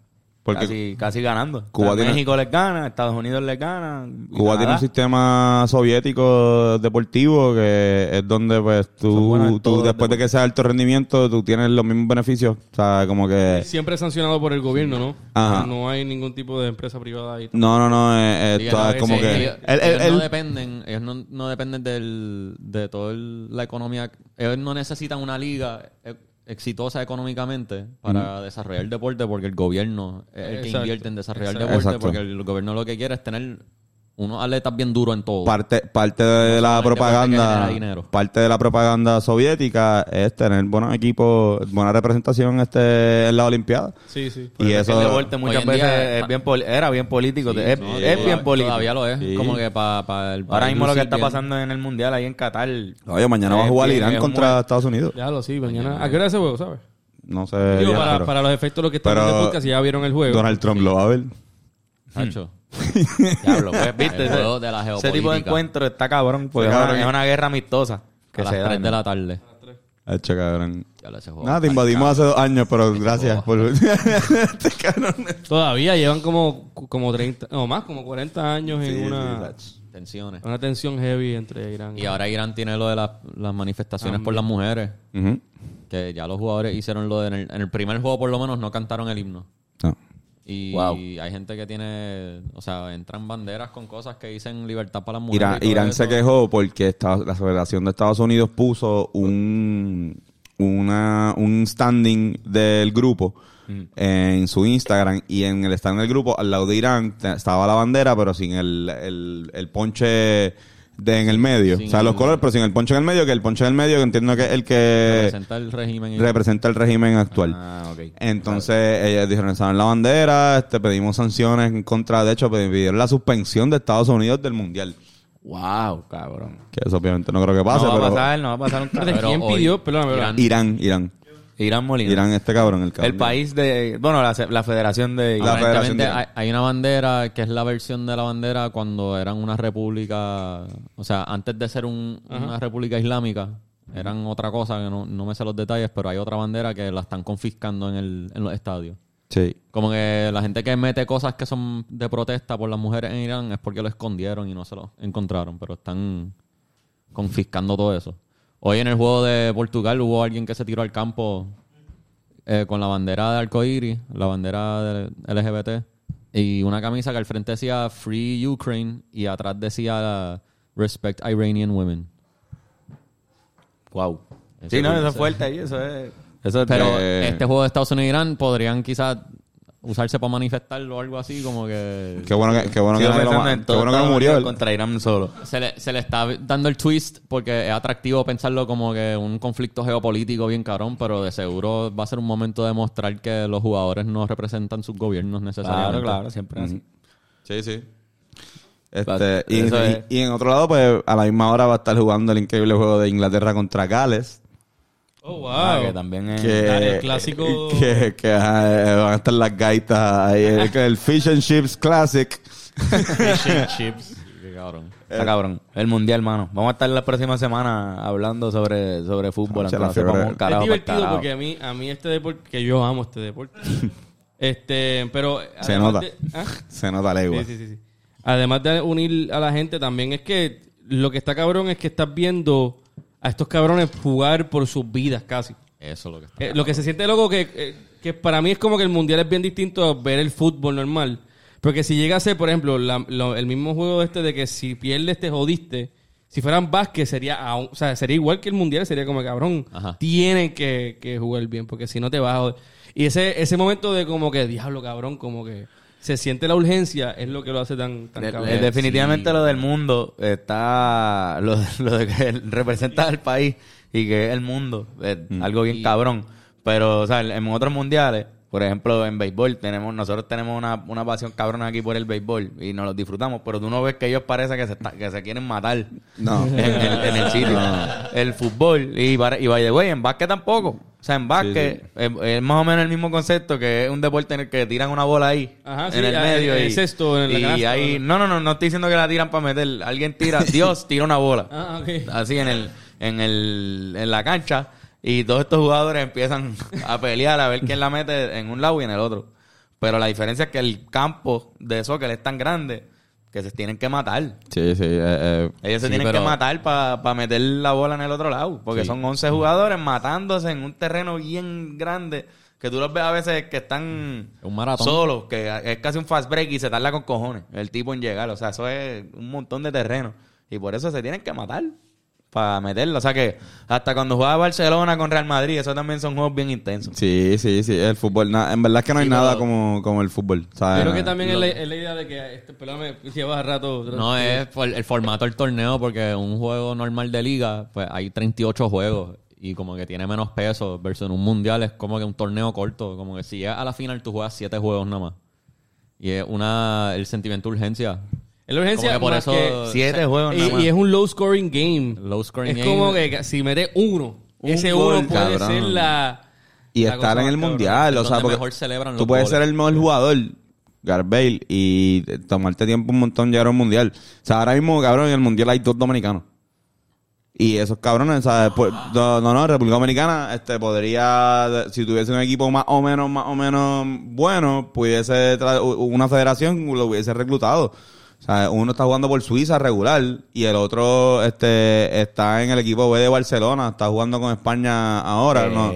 A: Porque
C: casi, casi ganando.
A: Cuba
C: O sea,
A: tiene-
C: México les gana, Estados Unidos les gana. y
A: Cuba tiene
C: Canadá.
A: un sistema soviético deportivo que es donde pues
C: Son buenos en
A: tú,
C: todos
A: tú
C: los
A: después de que sea alto rendimiento tú tienes los mismos beneficios. O sea, como que...
B: Siempre sancionado por el gobierno, ¿no?
A: Ajá.
B: No hay ningún tipo de empresa privada ahí.
A: No, no, no, eh, eh,
D: Sí,
A: esto
D: no,
A: es como
D: sí,
A: que...
D: ellos,
A: el- el-
D: ellos no
A: el-
D: dependen, ellos no, no dependen del, de toda el- la economía. Ellos no necesitan una liga eh, exitosa económicamente para
A: Mm.
D: desarrollar el deporte porque el gobierno es el que
B: Exacto,
D: invierte en desarrollar el
B: exacto.
D: deporte
A: Exacto.
D: porque el gobierno lo que quiere es tener unos atletas bien duros en todo.
A: parte, parte de la
D: solamente porque
A: propaganda...
D: genera dinero.
A: Parte de la propaganda soviética es tener buenos equipos, buena representación este en la Olimpiada.
B: Sí, sí.
A: Y
C: Es que el
A: eso...
C: deporte muchas
D: Hoy en
C: veces
D: día-
C: es bien pol- era bien político. es
D: No,
C: es
D: todavía-
C: bien político.
D: Todavía lo es.
A: Sí.
D: Como que para el
C: Ahora
D: país
C: mismo lo que
D: lucir
C: está
D: bien.
C: pasando en el Mundial ahí en Qatar.
A: Oye, mañana va a
C: es
A: jugar
C: bien-
A: Irán
C: es un
A: contra Estados Unidos.
B: Ya lo sí, mañana. ¿A qué hora es ese juego, sabes?
A: No sé.
B: Digo,
A: Eh, ya,
B: para,
A: pero
B: para los efectos de los que están
A: pero-
B: en el podcast, si ya vieron el juego.
A: Donald Trump lo va a ver.
D: Chacho.
C: Diablo, pues, ¿viste?
D: El
C: Ese,
D: juego de la
C: ese
D: geopolítica.
C: tipo de encuentro está cabrón. Porque
A: Sí,
C: es una-
A: cabrón.
C: es una guerra amistosa. Que
D: a las
C: se Ah.
D: 3
C: da, ¿no?
D: de la tarde.
A: Hecho, cabrón.
D: Ya lo ese juego.
A: Nada, te invadimos hace dos años, pero gracias por...
D: Oh.
A: Este cabrón.
B: Todavía llevan como, como 30, no más, como 40 años en una,
D: Tensiones.
B: una tensión heavy entre Irán
D: Y ahora Irán tiene lo de las- las manifestaciones por las mujeres.
A: Ujú.
D: que ya los jugadores hicieron lo de en el, en el primer juego por lo menos no cantaron el himno
A: No.
D: y
C: Wow.
D: hay gente que tiene o sea entran banderas con cosas que dicen libertad para las mujeres
A: Irán,
D: y todo
A: Irán
D: eso.
A: se quejó porque esta- la Federación de Estados Unidos puso un, una, un standing del grupo
D: Mm.
A: en su Instagram y en el stand del grupo, al lado de Irán, te- estaba la bandera, pero sin el, el, el ponche de en el medio.
D: Sin
A: o sea, los
D: el-
A: colores, pero sin el ponche en el medio, que el ponche en el medio, que entiendo que es el que
D: representa el régimen y-
A: representa el régimen actual.
C: Ah, ok.
A: Entonces, ellos dijeron, "Saben la bandera, este, pedimos sanciones en contra, de hecho, pidieron la suspensión de Estados Unidos del Mundial.
C: Wow, cabrón.
A: Que eso obviamente no creo que pase,
C: no va
A: pero
C: a pasar, no va a pasar un
B: Espérate,
C: cabrón.
D: Pero
B: ¿Quién
D: hoy,
B: pidió? Perdóname,
D: Irán-
A: Irán, Irán.
C: Irán Molina.
A: Irán, este cabrón, el cabrón.
C: El país de... Bueno, la, la federación de...
A: La
C: Irán.
A: Federación de
D: aparentemente hay,
A: Irán.
D: hay una bandera que es la versión de la bandera cuando eran una república o sea antes de ser un- una república islámica eran otra cosa que no, no me sé los detalles pero hay otra bandera que la están confiscando en, el, en los estadios
A: Sí.
D: Como que la gente que mete cosas que son de protesta por las mujeres en Irán es porque lo escondieron y no se lo encontraron, pero están confiscando todo eso. Hoy en el juego de Portugal hubo alguien que se tiró al campo eh, con la bandera de arcoíris, la bandera de LGBT y una camisa que al frente decía Free Ukraine y atrás decía Respect Iranian Women. Wow.
C: Sí, no, eh, eso es fuerte ahí, eso es...
A: Eso es
D: Pero
A: de-
D: este juego de Estados Unidos e Irán podrían quizás usarse para manifestarlo o algo así, como que
A: Qué bueno que, qué bueno que,
C: Sigo
A: nadie lo
C: pensando
A: ma-
C: en
A: qué
C: todo-
A: bueno que no
C: todo
A: murió. él.
C: Contra Irán solo.
D: se le, se le está dando el twist porque es atractivo pensarlo como que un conflicto geopolítico bien carón, pero de seguro va a ser un momento de mostrar que los jugadores no representan sus gobiernos necesariamente.
C: Claro, claro, siempre así.
A: Sí, sí.
C: Pero
A: Este, y,
C: eso
A: y-
C: es-
A: y en otro lado, pues a la misma hora va a estar jugando el increíble juego de Inglaterra contra Gales.
B: Oh, wow.
C: Ah, que también es...
A: Que,
B: el clásico-
A: Que, que, ajá, eh, van a estar las gaitas ahí. El, el Fish and Chips Classic.
D: chips. Qué cabrón.
C: Está cabrón. El mundial, mano. Vamos a estar la próxima semana hablando sobre, sobre fútbol.
A: Concha, la
C: entonces,
A: fiebre.
C: vamos un carajo para
B: es
C: el
B: divertido
C: carajo.
B: porque a mí, a mí este deporte, que yo amo este deporte. este, pero.
A: Se
B: además
A: nota.
B: de- ¿Ah?
A: Se nota la
B: Sí, sí, sí, sí. Además de unir a la gente, también es que lo que está cabrón es que estás viendo a estos cabrones jugar por sus vidas casi.
D: Eso es lo que está.
B: Eh, lo que se siente loco que, eh, que para mí es como que el mundial es bien distinto a ver el fútbol normal. Porque si llega a ser, por ejemplo, la- lo- el mismo juego este de que si pierdes te jodiste, si fueran básquet sería aún- o sea, sería igual que el mundial, sería como cabrón.
D: Ajá.
B: Tienen que, que jugar bien, porque si no te vas a joder. Y ese, ese momento de como que, diablo cabrón, como que se siente la urgencia, es lo que lo hace tan, tan
C: De-
B: cabrón.
C: eh, definitivamente lo del mundo está lo, de- lo de que él representa al país y que es el mundo es algo bien cabrón pero o sea en otros mundiales por ejemplo en béisbol tenemos nosotros tenemos una, una pasión cabrona aquí por el béisbol y nos lo disfrutamos pero tú no ves que ellos parece que se, está- que se quieren matar
A: No.
C: en, el- en el sitio el fútbol y, para- y by the way en básquet tampoco o sea en básquet Es, es más o menos el mismo concepto que es un deporte en el que tiran una bola ahí
B: Ajá,
C: en
B: sí,
C: el
B: a-
C: medio
B: el
C: y,
B: cesto, en la
C: y
B: canasta,
C: ahí
B: ¿no?
C: no, no, no, no estoy diciendo que la tiran para meter. Alguien tira, Dios tira una bola.
B: Ah, ok.
C: Así en el, en el, en la cancha. Y todos estos jugadores empiezan a pelear a ver quién la mete en un lado y en el otro. Pero la diferencia es que el campo de soccer es tan grande que se tienen que matar.
A: Sí, sí. eh, eh,
C: Ellos se
D: Sí,
C: tienen
D: pero-
C: que matar para meter la bola en el otro lado. Porque
D: Sí.
C: son 11 jugadores matándose en un terreno bien grande. Que tú los ves a veces que están
D: Es un maratón.
C: solos, que es casi un fast break y se tarda con cojones el tipo en llegar. O sea, eso es un montón de terreno. Y por eso se tienen que matar para meterlo. O sea que hasta cuando jugaba Barcelona con Real Madrid, eso también son juegos bien intensos.
A: Sí, sí, sí. El fútbol. na- en verdad es que no hay
D: Sí,
A: nada
D: pero-
A: como, como el fútbol.
C: Ah,
A: ¿sabes?
B: Creo que también es, la, es la idea de que, este, perdóname, llevas rato.
D: No, es por el formato del torneo, porque un juego normal de liga, pues hay 38 juegos y como que tiene menos peso versus en un mundial es como que un torneo corto, como que si llegas a la final tú juegas 7 juegos nada más. Y es una, el sentimiento de urgencia.
B: Es la urgencia
D: Como que por
B: más
D: eso-
B: que-
C: Siete
D: Sí.
C: juegos nada
B: Y,
C: más.
B: y es un low scoring game.
D: Low scoring
B: es
D: game.
B: como que si metes uno,
A: Un
B: ese
A: gol,
B: uno puede
A: cabrón.
B: ser la.
A: y
B: la cosa
A: estar en el
B: más cabrona.
A: mundial. O
D: Es
A: sea,
D: donde
A: porque
D: mejor celebran
A: tú
D: los
A: puedes
D: goles.
A: ser el mejor jugador, Gareth Bale, y tomarte tiempo un montón llegar a un mundial. O sea, ahora mismo, cabrón, en el mundial hay dos dominicanos. Y esos cabrones, ¿sabes? Pues, no, no, no, República Dominicana, este, podría, si tuviese un equipo más o menos, más o menos bueno, pudiese, tra- u- una federación lo hubiese reclutado. O sea, uno está jugando por Suiza regular y el otro, este, está en el equipo B de Barcelona, está jugando con España ahora,
C: Eh.
A: ¿no?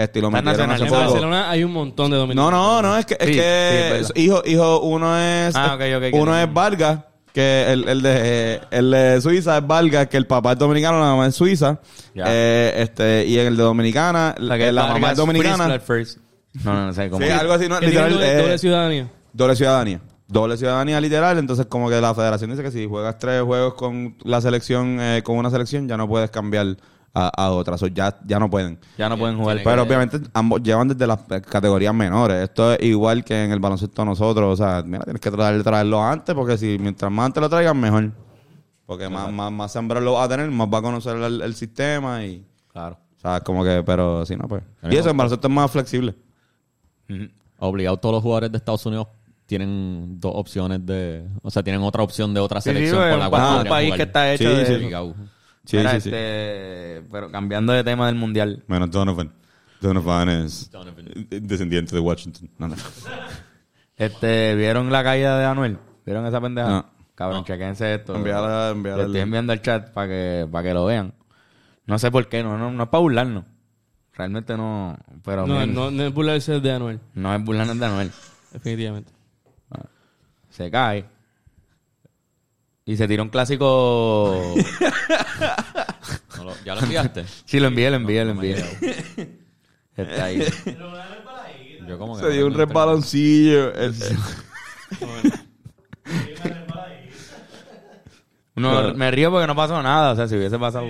A: Este, y lo
C: Está
A: metieron hace
C: nacional,
B: En
C: Tampoco.
A: poco.
B: Barcelona hay un montón de
A: No,
B: dominicanos.
A: no, no, es que, es
C: Sí, sí,
A: que
C: es verdad.
A: hijo, hijo, uno es
C: Ah, ok, ok, que
A: uno
C: no.
A: es Vargas, que el, el de el de Suiza es Vargas, que el papá es dominicano, la mamá es suiza.
C: Ya.
A: Eh, este, y el de Dominicana, la,
C: que
A: la mamá
C: Vargas
A: es dominicana.
C: Frizzler first. No, no, no sé cómo.
A: Sí, algo así, no,
B: Que
A: literal,
B: tienen doble,
A: eh,
B: doble ciudadanía.
A: doble ciudadanía. Doble ciudadanía literal, entonces como que la federación dice que si juegas tres juegos con la selección, eh, con una selección, ya no puedes cambiar a, a otra, O sea, ya, ya no pueden.
C: Ya no pueden jugar.
A: Pero obviamente ambos llevan desde las eh, categorías menores. Esto es igual que en el baloncesto nosotros. O sea, mira, tienes que tratar de traerlo antes porque si mientras más antes lo traigan, mejor. Porque más, más, más sembrado lo va a tener, más va a conocer el, el sistema y...
C: Claro.
A: O sea, como que, pero si no, pues...
D: A mí
A: Y eso
D: me-
A: en baloncesto es más flexible.
D: Obligado todos los jugadores de Estados Unidos tienen dos opciones de, o sea, tienen otra opción de otra
C: Sí, sí,
D: selección
C: porque
D: por la cual
C: es un
D: podrían
C: país
D: jugar.
C: que está hecho
A: Sí,
C: de
A: sí,
C: eso.
A: sí.
D: Obligado.
A: Sí,
C: Mira,
A: sí, sí.
C: este, Pero cambiando de tema del mundial.
A: Menos Donovan. Donovan es descendiente de Washington. No, no.
C: Este, ¿vieron la caída de Anuel? ¿Vieron esa pendeja?
A: No.
C: Cabrón, chequense esto.
A: Envíala-
C: Le
A: envíala
C: estoy
A: el-
C: enviando al chat para que, para que lo vean. No sé por qué, no, no, no es para burlarnos. Realmente no, pero
B: No,
C: miren,
B: no, no es burlarse de Anuel,
C: no es burlarnos de Anuel.
B: definitivamente.
C: Se cae. Y se tira un clásico.
D: No lo- ¿Ya lo enviaste?
C: sí, lo envié, lo envié, lo envié. Está ahí.
D: Yo como que
A: Se
D: no
A: dio un
D: tengo internet.
A: resbaloncillo. Este, Es-
C: No, me río porque no pasó nada. O sea, si hubiese pasado.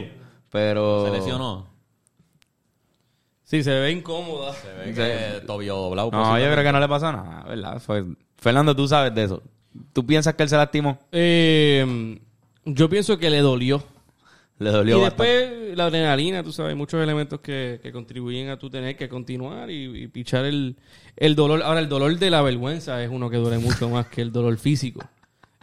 C: Pero.
D: Se lesionó.
B: Sí, se ve incómoda. Se ve.
D: Es que Eh, Tobio doblado.
C: No, yo creo que no le pasó nada, ¿verdad? Fue- Fernando, tú sabes de eso. ¿Tú piensas que él se lastimó?
B: Eh, yo pienso que le dolió.
C: Le
B: Y
C: dolió bastante.
B: después la adrenalina, tú sabes, hay muchos elementos que, que contribuyen a tú tener que continuar y, y pichar el, el dolor. Ahora, el dolor de la vergüenza es uno que duele mucho más que el dolor físico.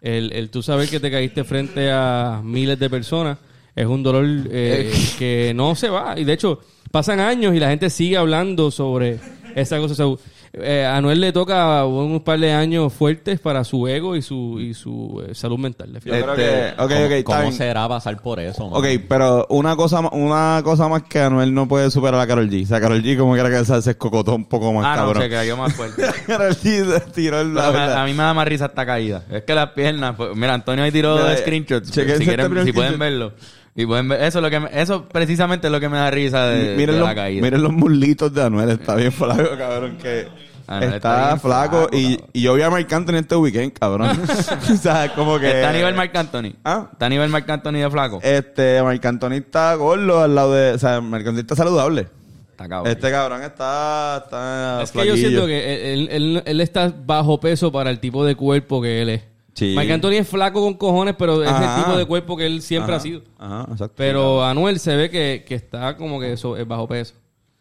B: El, el tú saber que te caíste frente a miles de personas es un dolor eh, que no se va. Y de hecho, pasan años y la gente sigue hablando sobre esa cosa. O sea, eh, a Noel le toca un par de años fuertes para su ego y su, y su eh, salud mental.
A: Yo creo que. este, Ok, ok,
D: ¿Cómo,
A: está
D: cómo
A: bien.
D: será pasar por eso?
A: Ok,
D: mano?
A: pero una cosa, ma- una cosa más que Anuel no puede superar a Carol G. O sea, Carol G como quiera que se hace cocotó un poco más
C: Ah, no,
A: cabrón.
C: se cayó más fuerte.
A: Carol G se tiró el
C: Pero
A: la
C: me-
A: verdad.
C: a mí me da más risa esta caída. Es que las piernas. pues, mira, Antonio ahí tiró
A: Mira,
C: screenshots. Si,
A: chequense este
C: quieren-
A: primer
C: si pueden
A: screenshot.
C: verlo. Y pueden ver- eso, es lo que me- eso precisamente es lo que me da risa de, de
A: miren, los,
C: la caída.
A: miren los muslitos de Anuel, está bien flaco, cabrón. Que está,
C: Anuel Ah, está bien
A: flaco.
C: flaco,
A: y,
C: cabrón.
A: y yo vi a Marc Anthony este weekend, cabrón. o sea, como que.
C: Está a nivel Marc Anthony.
A: Ah.
C: Está a nivel Marc Anthony de flaco.
A: Este, Marc Anthony está gordo al lado de. O sea, Marc Anthony está saludable.
C: Está cabrón.
A: Este cabrón está. está
B: Es que yo
A: Ah, flaquillo.
B: siento que él, él- él está bajo peso para el tipo de cuerpo que él es.
A: Sí.
B: Marc Anthony es flaco con cojones, pero es
A: Ajá.
B: el tipo de cuerpo que él siempre
A: Ajá,
B: ha sido.
A: Ajá, exacto.
B: Pero Anuel se ve que, que está como que so- es bajo peso.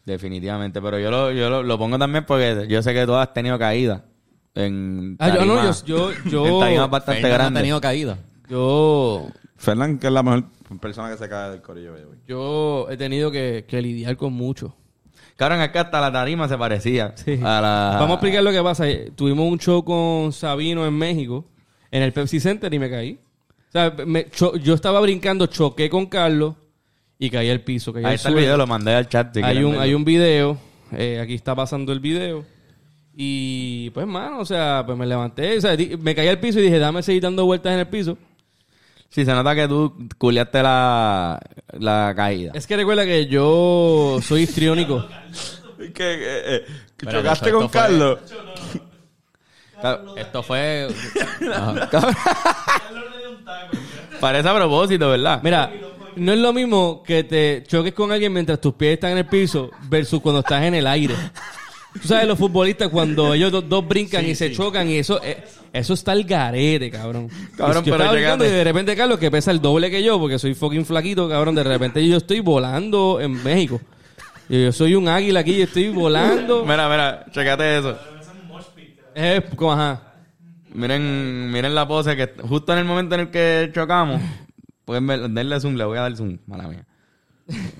C: Definitivamente. Pero yo, lo, yo lo, lo pongo también porque yo sé que tú has tenido caídas. En
B: Ah, yo-
C: tarimas-
B: no, yo- yo- yo-
C: en tarimas bastante
D: Fernan ha
C: grandes.
D: tenido caída.
B: Yo,
A: Fernan, que es la mejor persona que se cae del corillo, by the way.
B: yo he tenido que, que lidiar con mucho.
C: Cabrón, es que hasta la tarima se parecía.
B: Sí.
C: A la...
B: Vamos a explicar lo que pasa. Eh, Tuvimos un show con Sabino en México, en el Pepsi Center, y me caí. O sea, me cho- yo estaba brincando, choqué con Carlos y caí al piso. Caí
C: Ahí
B: al
C: está el
B: suelo.
C: video, lo mandé al chat. si
B: eh. hay,
C: quieren
B: un,
C: verlo.
B: hay un video, eh, aquí está pasando el video. Y pues, mano, o sea, pues me levanté, o sea, di- me caí al piso y dije, dame seguir dando vueltas en el piso.
C: Sí, se nota que tú culiaste la, la caída.
B: Es que recuerda que yo soy histriónico.
A: Es que, eh, eh, que
D: Espérate,
A: chocaste
D: esto
A: con
D: fue-
A: Carlos.
D: Esto fue... Ajá.
C: Parece a propósito, ¿verdad?
B: Mira, no es lo mismo que te choques con alguien mientras tus pies están en el piso versus cuando estás en el aire. Tú sabes, los futbolistas, cuando ellos dos, dos brincan y se chocan, y eso eh, eso está el garete, cabrón.
C: Cabrón,
B: yo
C: pero
B: estaba brincando
C: llegaste.
B: y de repente Carlos, que pesa el doble que yo, porque soy fucking flaquito, cabrón, de repente yo estoy volando en México. Yo, yo soy un águila aquí, yo estoy volando.
C: mira, mira, checate eso.
B: Eh, como, ajá.
C: Miren, miren la pose que justo en el momento en el que chocamos. Pueden ver, denle zoom, le voy a dar zoom, mala mía.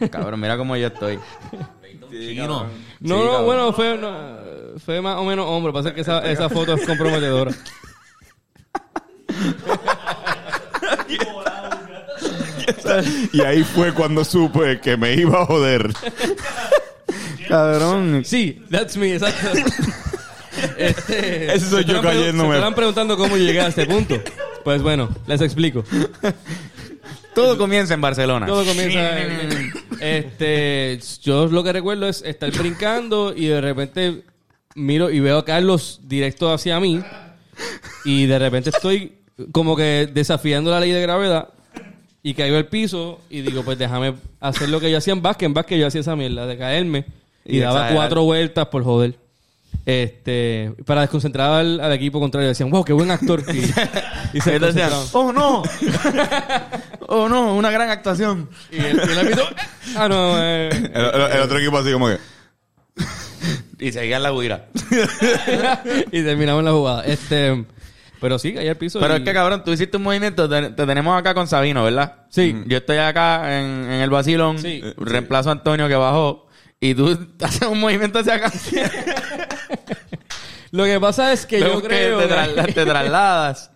C: Cabrón, mira cómo yo estoy.
D: Chino.
B: No, no, bueno, fue, no, fue más o menos hombre. Pasa que esa, esa foto es comprometedora.
A: Y ahí fue cuando supe que me iba a joder.
C: Cabrón.
B: Sí, that's me, exacto. Este,
A: Ese soy
B: se
A: yo
B: estarán pregun-
A: cayéndome.
B: Se están preguntando cómo llegué a este punto. Pues bueno, les explico.
C: Todo comienza en Barcelona.
B: Todo
C: Ah,
B: comienza. en- este, yo lo que recuerdo es estar brincando y de repente miro y veo a Carlos directo hacia mí y de repente estoy como que desafiando la ley de gravedad y caigo al piso y digo, pues déjame hacer lo que yo hacía en básquet. En básquet yo hacía esa mierda de caerme y,
C: Y
B: daba
C: exagerar.
B: cuatro vueltas por joder. Este, para desconcentrar al, al equipo contrario decían, wow, qué buen actor. Y, y se
C: Entonces,
B: desconcentraban.
C: oh no. oh no, una gran actuación.
B: Y el, y el árbitro, ah, no, eh,
A: El, el- el otro equipo así como que...
C: Y seguía la guira.
B: y terminamos la jugada. Este, pero sí, caí al piso.
C: Pero
B: y-
C: es que cabrón, tú hiciste un movimiento, te, te tenemos acá con Sabino, ¿verdad?
B: Sí.
C: Yo estoy acá en, en el vacilón,
B: Sí.
C: reemplazo a Antonio que bajó. y tú haces un movimiento hacia acá.
B: Lo que pasa es que yo
C: Vemos que
B: creo.
C: te,
B: que-
C: trasla- te trasladas.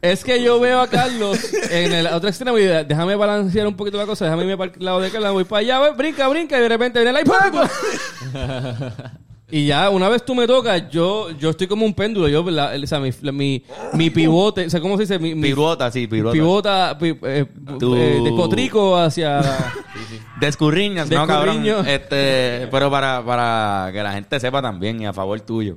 B: Es que yo veo a Carlos en el otro extremo y de- déjame balancear un poquito la cosa, déjame irme para el lado de Carlos, voy para allá, ve, brinca, brinca, y de repente viene la Y ya, una vez tú me tocas, yo, yo estoy como un péndulo, yo, la- el- o sea, mi, la- mi, mi pivote, o sea, ¿cómo se dice? Mi, mi
C: Piruota, sí, piruota.
B: pivota, pi- eh,
C: Tu-
B: eh, de cotrico hacia...
C: Descurriñas, no, cabrón.
B: Descurriño.
C: Este, pero para, para que la gente sepa también y a favor tuyo.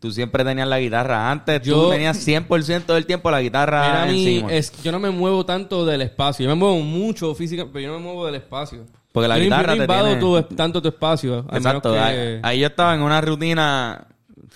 C: Tú siempre tenías la guitarra antes.
B: Mm. Yo-
C: Tú tenías 100% del tiempo la guitarra
B: Mira, a mí,
C: encima.
B: es- yo no me muevo tanto del espacio. Yo me muevo mucho físicamente, pero yo no me muevo del espacio.
C: Porque la
B: Yo no-
C: guitarra
B: yo no
C: te
B: invado
C: tiene-
B: tu es- tanto tu espacio. al menos
C: Exacto.
B: que-
C: Ahí, ahí yo estaba en una rutina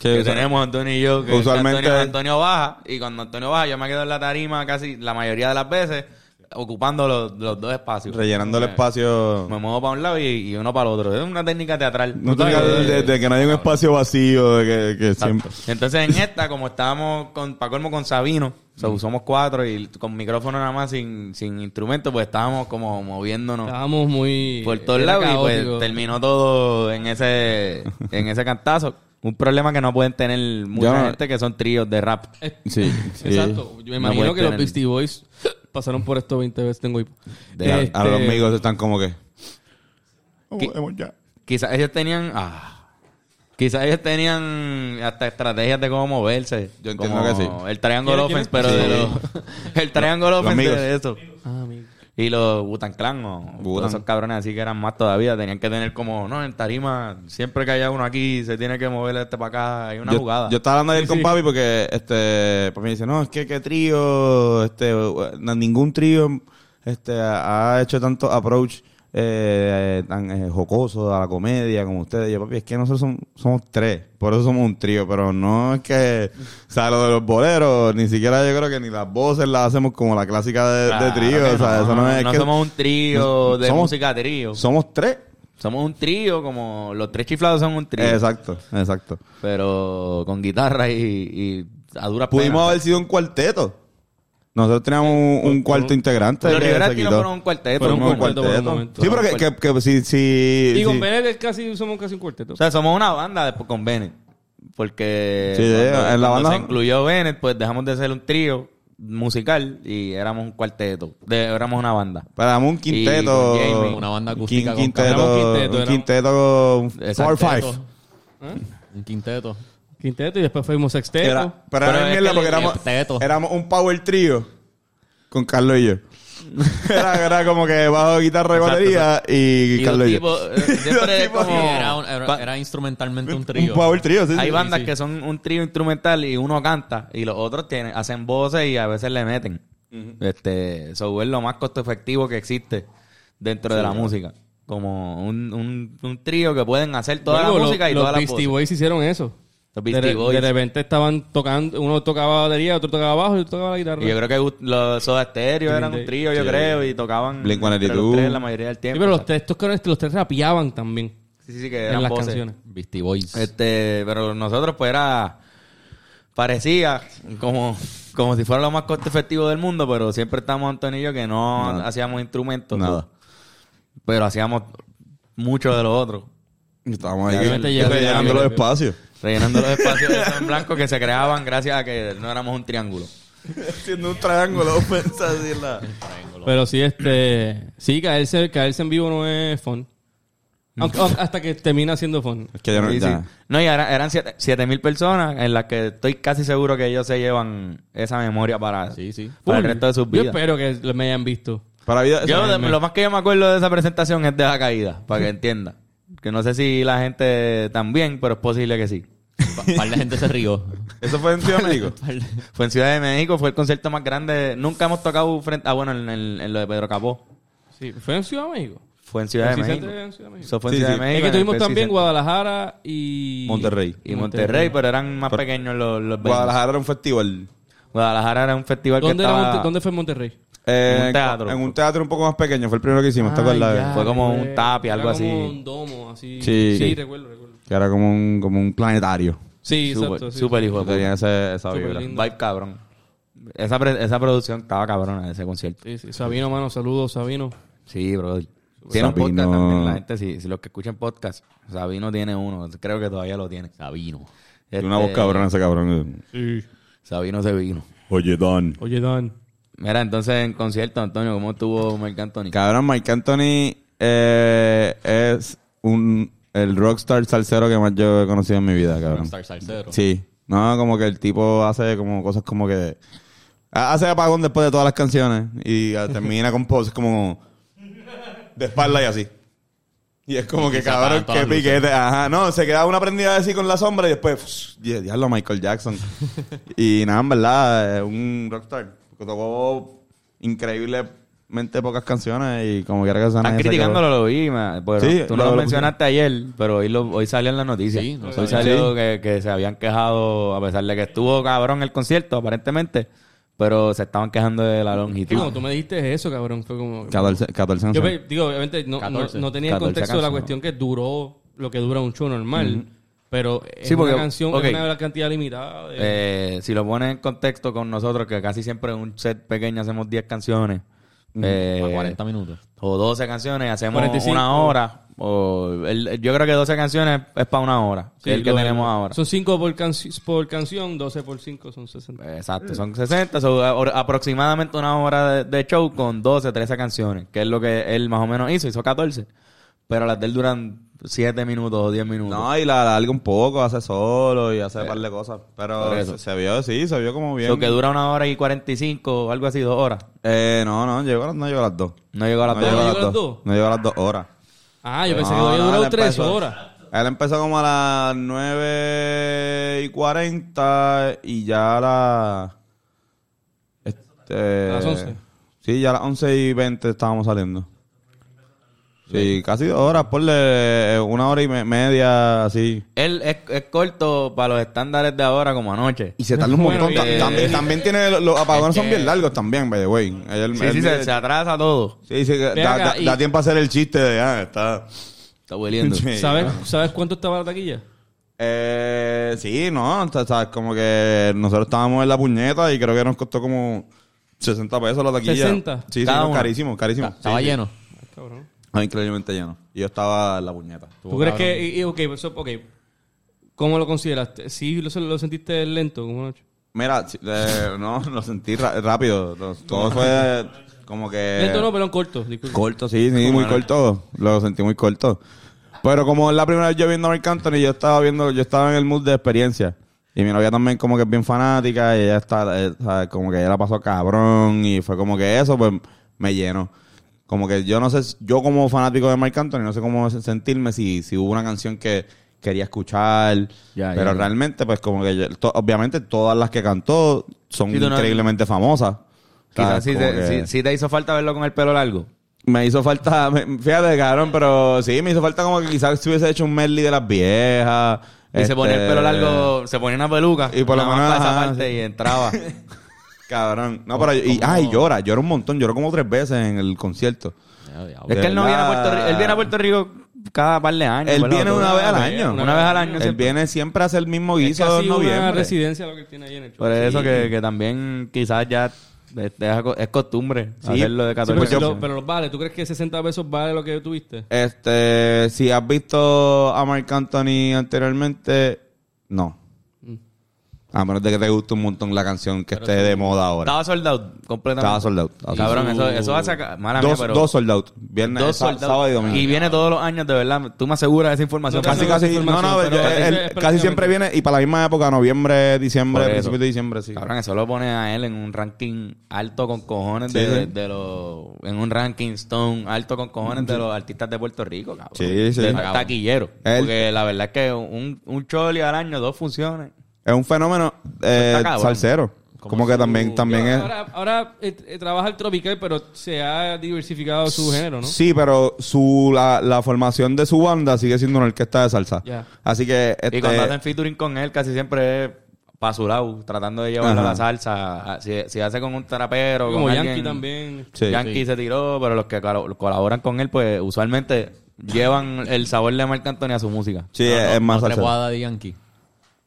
C: que
A: usa-
C: tenemos Antonio y yo. Que
A: Usualmente-
C: Antonio, Antonio baja y cuando Antonio baja yo me quedo en la tarima casi la mayoría de las veces ocupando los, los dos espacios.
A: Rellenando el
C: Me-
A: espacio.
C: Me muevo para un lado y, y uno para el otro. Es una técnica teatral.
A: No te digas
D: eh,
A: de, de- de que no hay un espacio vacío, de que, que siempre.
C: Exacto. Entonces en esta, como estábamos con Paco Colmo con Sabino, o sea, somos cuatro y con micrófono nada más sin, sin instrumento, pues estábamos como moviéndonos
B: Estábamos muy...
C: por todos
B: era
C: lados y
B: caótico.
C: pues terminó todo en ese, en ese cantazo. Un problema que no pueden tener mucha
A: no-
C: gente que son tríos de rap.
B: Es-
A: Sí, sí.
B: Exacto. Yo me
C: No
B: imagino
C: puedes
B: que los
C: tener-
B: Beastie Boys pasaron por esto 20 veces. Tengo hipo.
A: De- a- A los
B: Este,
A: amigos están como que.
C: ¿Qué?
A: Vamos ya.
C: Quizás ellos tenían... ah, quizás ellos tenían hasta estrategias de cómo moverse.
A: Yo entiendo
C: Como
A: que sí.
C: El triangle
B: ¿Quién-
C: offense,
B: quién-
C: pero de
A: Sí.
C: los- El triangle offense
A: amigos.
C: de eso.
B: Ah, amigo.
C: Y los Butan Clan o
A: Wu-Tang.
C: todos esos cabrones así que eran más todavía, tenían que tener como, no, en tarima, siempre que haya uno aquí, se tiene que mover este para acá, hay una
A: yo,
C: jugada.
A: Yo estaba hablando ayer
B: Sí,
A: con
B: sí.
A: papi porque este papi me dice, "No, es que qué trío, este na- ningún trío este ha ha hecho tanto approach eh, tan eh, jocoso a la comedia como ustedes. Y Yo, papi, es que nosotros som- somos tres, por eso somos un trío, pero no es que, o sea, lo de los boleros, ni siquiera yo creo que ni las voces las hacemos como la clásica de, de
C: Claro
A: trío,
C: que
A: o sea,
C: no,
A: eso no es que
C: somos un trío de
A: somos-
C: música trío.
A: somos tres.
C: Somos un trío como los tres chiflados son un trío,
A: Exacto, exacto.
C: pero con guitarra y, y a dura
A: Pudimos haber sido un cuarteto. Nosotros teníamos un, un cuarto integrante.
C: Los
A: que se
C: Liberati no
A: quitó.
C: fueron un cuarteto.
B: Fueron
A: Fuimos
B: un
A: un
B: cuarteto por un
A: cuarteto.
B: momento.
A: Sí, pero que, que, que si, si,
B: Y con
A: si-
B: Bennett es casi, somos casi un cuarteto.
C: O sea, somos una banda después con Bennett. Porque
A: Sí,
C: cuando-
A: en la
C: cuando
A: banda-
C: se incluyó Bennett, pues dejamos de ser un trío musical y éramos un cuarteto. De, éramos una banda.
A: para un quinteto.
C: Y con Jamie,
D: una banda
A: Quin-
D: acústica con
A: quinteto,
B: cámara.
A: un
B: Éramos
A: quinteto. Un
B: quinteto, éramos-
A: quinteto. un
C: Exacto.
A: Four five. ¿Eh?
D: Un quinteto.
B: Quinteto y después fuimos sexteto.
A: Era, pero era
D: Pero es
A: mierda
D: que
A: porque
D: el
A: éramos,
D: quinteto.
A: éramos un power trío con Carlos y yo. era, era como que bajo guitarra y batería y,
C: Y los
A: Carlos y yo.
C: tipos, eh, siempre es
D: Sí,
C: como-
D: era, un- era-
C: pa-
D: era instrumentalmente un
A: Un
D: trío.
A: power trío, sí. sí.
C: hay bandas
D: sí.
C: que son un trío instrumental y uno canta y los otros tienen, hacen voces y a veces le meten. Este, eso es lo más costo efectivo que existe dentro de la música. Como un, un, un trío que pueden hacer toda
B: Luego,
C: la
B: lo-
C: música y
B: los
C: todas las
B: Beastie
C: voces.
B: Boys hicieron eso.
C: Los
B: De,
C: Beastie
B: re-
C: Boys.
B: de repente estaban tocando, uno tocaba batería, otro tocaba bajo y otro tocaba la guitarra.
C: Y yo creo que Gust- los Soda Stereo eran un trío, yo creo, y tocaban
A: Blink
C: entre
A: 182.
C: los tres la mayoría del
B: Sí,
C: tiempo. o
B: pero los
C: sea,
B: tres, estos cabrones, los tres rapeaban también
C: Sí, sí, que eran
B: en las
C: voces.
B: canciones.
D: Beastie Boys.
A: Eh.
C: Este, pero nosotros pues era parecía como como si fuera lo más costo efectivo del mundo, pero siempre estamos Antonio y yo que no
A: Nada.
C: hacíamos instrumentos, pues.
A: Nada.
C: pero hacíamos mucho de lo otro,
A: Estábamos ahí
B: Obviamente ya-
A: rellenando los espacios.
C: rellenando los espacios esos en blanco que se creaban gracias a que no éramos un triángulo.
A: Haciendo un triángulo, pensas decirla.
B: Pero sí, este. Sí, caerse, caerse en vivo no es fun. Aunque- aunque- hasta que termina siendo fun.
A: Es que yo no,
C: Sí, sí.
A: ya.
C: No, y era- eran siete- siete mil personas en las que estoy casi seguro que ellos se llevan esa memoria para,
D: Sí, sí.
C: para el resto de sus
B: Yo
C: vidas.
B: espero que lo- me hayan visto.
A: Para vida,
C: Yo, de-
B: me-
C: lo más que yo me acuerdo de esa presentación es de la caída, para que entienda. Que no sé si la gente también, pero es posible que sí.
D: Pa- par de gente se rió.
A: eso fue en Ciudad de México.
D: Par de-
C: Fue en Ciudad de México, fue el concierto más grande. Nunca hemos tocado frente. Ah, bueno, en, el- en lo de Pedro Capó.
B: Sí, fue en Ciudad de México.
C: Fue en Ciudad de
B: Sí, sí,
C: México.
B: en Ciudad de México.
C: Eso fue en
A: Sí,
C: Ciudad
A: sí.
C: de
B: Es
C: México.
B: que
C: en el
B: tuvimos
C: Pepsi
B: también
C: Center.
B: Guadalajara y.
A: Monterrey.
C: Y Monterrey, pero eran más pequeños los, los venues.
A: Guadalajara era un festival.
C: Guadalajara era un festival que
B: ¿Dónde, era
C: estaba.
B: Monte- dónde fue Monterrey?
A: Eh,
C: En un teatro.
A: En un teatro un poco más pequeño. Fue el primero que hicimos, ¿te acuerdas?
B: Ah, ya,
C: Fue como un
B: recuerdo.
C: tapia,
B: Era
C: algo así.
B: Como un domo, así. Sí,
A: Sí. Sí.
B: recuerdo, recuerdo.
A: Que era como un, como un planetario.
B: Sí,
C: Súper-
B: exacto. sí.
C: súper hijo de puta.
A: Tenía ese- esa
B: Súper
A: vibra.
B: lindo.
C: Vibe cabrón. Esa, pre- esa producción estaba cabrona, ese concierto.
B: Sí, sí. Sabino, mano, saludos, Sabino.
C: Sí, brother. Tiene un podcast
A: Sabino-
C: también, la gente, si, si los que escuchan podcast, Sabino tiene uno, creo que todavía lo tiene.
D: Sabino.
A: Tiene una voz
C: Este,
A: cabrón ese cabrón.
C: Sabino se vino.
A: Oye, Don.
B: Oye, Don.
C: Mira, entonces en concierto, Antonio, ¿cómo estuvo Marc Anthony?
A: Cabrón, Mike Anthony eh, es un el rockstar salsero que más yo he conocido en mi vida, cabrón.
D: Rockstar salsero.
A: Sí. No, como que el tipo hace como cosas como que... ha- Hace apagón después de todas las canciones y ah, termina con poses como... De espalda y así. Y es como que,
D: se apagan
A: cabrón,
D: todas
A: qué
D: las luces.
A: piquete. Ajá, no, se queda una prendida así con la sombra y después... pff, di- diablo, Michael Jackson. y nada, en verdad, es un rockstar. Porque tocó increíblemente pocas canciones y como quiera que sea...
C: Están
A: nadie se quedó.
C: criticándolo, lo vi, ma, pero
A: Sí,
C: tú
A: lo-
C: no lo,
A: lo
C: mencionaste ayer, pero hoy, lo, hoy salió en la noticia.
D: Sí, no
C: hoy
D: sabía.
C: salió que, que se habían quejado, a pesar de que estuvo cabrón el concierto, aparentemente, pero se estaban quejando de la
B: Que
C: longitud.
B: como tú me dijiste eso, cabrón, fue como...
A: 14, 14
B: Yo
A: canciones.
B: pe- digo, obviamente no, no,
D: 14.
B: no tenía el
C: 14
B: contexto de la
C: canciones.
B: cuestión que duró lo que dura un show normal. Pero es
C: Sí, porque-
B: una canción
C: ok.
B: es una cantidad limitada. de-
C: Eh, si lo pones en contexto con nosotros, que casi siempre en un set pequeño hacemos 10 canciones, eh,
A: Ah,
D: A 40 minutos.
C: o 12 canciones, hacemos
B: 45.
C: una hora, o el- yo creo que 12 canciones es para una hora,
B: Sí,
C: que es el que
B: lo-
C: tenemos ahora.
B: Son 5 por, canci- por canción, 12 por 5 son 60.
C: Exacto, son 60, so, a- or- aproximadamente una hora de, de show con 12, 13 canciones, que es lo que él más o menos hizo, hizo 14, pero las de él duran 7 minutos o 10 minutos.
A: No, y la alarga un poco, hace solo y
B: Eh,
A: hace un par de cosas.
C: por
A: Pero
C: eso.
A: se, se vio, sí, se vio como bien.
C: So, que dura una hora y 45 o algo así, dos horas.
A: Eh, no, no, llegó, a las- no llegó a las dos.
C: No llegó a las
A: no
C: dos
A: llegó
B: ¿No
A: a
C: horas.
A: las
B: llegó a las
A: dos.
B: dos?
A: No llegó a las dos horas.
B: Ah, yo pensé que
A: No,
B: había
A: no,
B: durado
A: él
B: 3
A: empezó-
B: horas.
A: Él empezó como a las 9 y 40 y ya a las... Este,
B: A las 11.
A: Sí, ya a las 11 y 20 estábamos saliendo. Sí, casi dos horas, ponle eh, una hora y me- media, así.
C: Él es, es corto para los estándares de ahora como anoche.
A: Y se tarda un
B: Bueno,
A: montón. Ta-
B: eh,
A: también, también tiene... Los, los apagones
C: es
A: son
C: que-
A: bien largos también, by the way. Él-
C: Sí,
A: él
C: sí,
A: mide-
C: se, se atrasa todo.
A: Sí, sí, da,
B: Ven acá,
A: da,
B: y-
A: da tiempo a hacer el chiste de, ah, está...
C: Está hueliendo.
A: Sí.
B: ¿Sabes, ¿Sabes cuánto estaba la taquilla?
A: Eh, sí, no, o sea, sabes, como que nosotros estábamos en la puñeta y creo que nos costó como 60 pesos la taquilla.
B: 60.
A: Sí, sí,
C: Cada
A: no,
C: uno.
A: carísimo, carísimo.
D: Estaba
A: Sí, sí.
D: lleno.
B: Cabrón.
A: Ah, increíblemente lleno. Y yo estaba en la puñeta.
B: ¿Tú crees que.? y- y, ok, eso- ok. ¿Cómo lo consideraste? ¿Sí lo, lo sentiste lento como noche?
A: Mira, sí, eh, no, lo sentí ra- rápido. Lo- Todo fue como
C: Eh,
A: que...
B: lento no, pero en corto. disculpa.
A: Corto, sí, sí, muy corto. Lo sentí muy corto. Pero como es la primera vez yo viendo a Mark Anthony, yo estaba viendo, yo estaba en el mood de experiencia. Y mi novia también como que es bien fanática y ella está, eh, sabe, como que ella la pasó cabrón y fue como que eso pues me llenó. Como que yo no sé, si- yo como fanático de Mark Anthony no sé cómo se- sentirme si, si hubo una canción que quería escuchar.
C: Ya,
A: pero
C: ya, ya.
A: realmente pues como que yo- to- obviamente todas las que cantó son
C: Sí, tú no-
A: increíblemente famosas. ¿Sabes?
C: Quizás si
A: Como
C: te,
A: que-
C: si- si te hizo falta verlo con el pelo largo.
A: me hizo falta, me- fíjate, cabrón, pero sí, me hizo falta como que quizás si hubiese hecho un medley de las viejas.
C: Y se ponía el
A: este,
C: pelo largo, se ponía una peluca.
A: Y por lo
C: nada más
A: menos,
C: para esa
A: ajá,
C: parte
A: sí.
C: y entraba.
A: Cabrón. No, pero. Y, ay, llora, llora un montón. Lloró como tres veces en el concierto.
D: Ya, diablo.
C: es que él no
A: De
C: viene a
A: verdad.
C: Puerto Rico. Él viene a Puerto Rico cada par de años.
A: Él
C: ¿verdad?
A: viene una vez al año.
C: Una vez al año.
A: Él
C: siempre.
A: viene siempre a hacer el mismo
B: Es
A: guiso en
B: casi una
A: noviembre.
B: residencia lo que tiene ahí en el show.
C: Por eso que, que también quizás ya es, es costumbre
A: Sí.
C: hacerlo de
A: Sí,
B: Sí,
C: 14
B: pero,
A: pues yo-
B: lo- pero los vale. ¿Tú crees que 60 pesos vale lo que tuviste?
A: Este, si has visto a Mark Anthony anteriormente, no.
C: Mm.
A: A menos de que te guste un montón la canción que esté de moda ahora.
C: Estaba sold out completamente.
A: Estaba sold out. Estaba sold out.
C: Cabrón, eso, eso hace... ca- Mala mía,
A: Dos,
C: pero...
A: dos sold out. Viernes,
C: dos
A: sá-
C: sold out.
A: sábado y domingo.
C: Y viene todos los años, de verdad. Tú me aseguras esa información.
B: No te
A: Casi,
B: Tengo esa
A: casi, no, no,
B: información,
A: yo-
B: pero
A: él-
B: ese es
A: casi siempre
B: prácticamente-
A: viene y para la misma época, noviembre, diciembre,
C: Por eso.
A: principios de diciembre, sí.
C: Cabrón, eso lo pone a él en un ranking alto con cojones
A: Sí,
C: de,
A: sí.
C: de los... En un ranking stone alto con cojones de los artistas de Puerto Rico, cabrón.
A: Sí, sí.
C: De taquillero.
A: Él-
C: Porque la verdad es que un, un choli al año, dos funciones.
A: Es un fenómeno eh,
C: Pues está cabrón.
A: salsero. Como que también, también es.
B: ahora ahora, eh, eh, trabaja el tropical, pero se ha diversificado su género, ¿no?
A: Sí, pero su la, la formación de su banda sigue siendo una orquesta de salsa.
B: Ya.
A: Así que este,
C: Y cuando hacen featuring con él, casi siempre es pa' su lado, tratando de llevarlo
A: Ajá.
C: a la salsa. Ah, Si, si hace con un terapero,
B: Como
C: con
B: Yankee
C: alguien-
B: también.
A: Sí.
C: Yankee se tiró, pero los que colo- colaboran con él, pues usualmente llevan el sabor de Marc Anthony a su música.
A: sí, es, es más
D: No
A: salsero.
D: trepó a Daddy Yankee.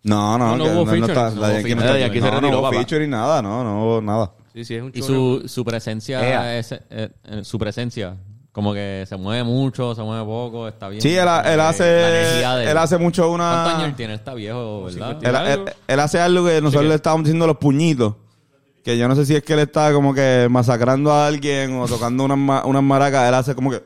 A: No, no,
B: No, no
A: que
B: hubo feature.
A: está-
B: No
A: la
D: hubo
A: Yankee no
C: feature.
A: está-
C: Yankee se
A: no,
C: retiró,
A: no hubo
C: papá.
A: feature ni nada, no, no hubo nada.
B: Sí, sí, es un
D: Y
B: chorro.
D: su, su presencia,
C: Ea.
D: es- eh, eh, su presencia Como que se mueve mucho, se mueve poco, está bien. Eh,
A: Sí, él, ha- él
D: La
A: hace.
D: energía de
A: Él hace mucho
D: ¿Cuántos años
A: una.
D: él tiene? Él Está viejo, ¿verdad?
A: Él,
B: algo.
A: él- él hace algo que nosotros le estábamos diciendo los puñitos. Que yo no sé si es que él está como que masacrando a alguien o tocando unas ma- unas maracas. Él hace como que.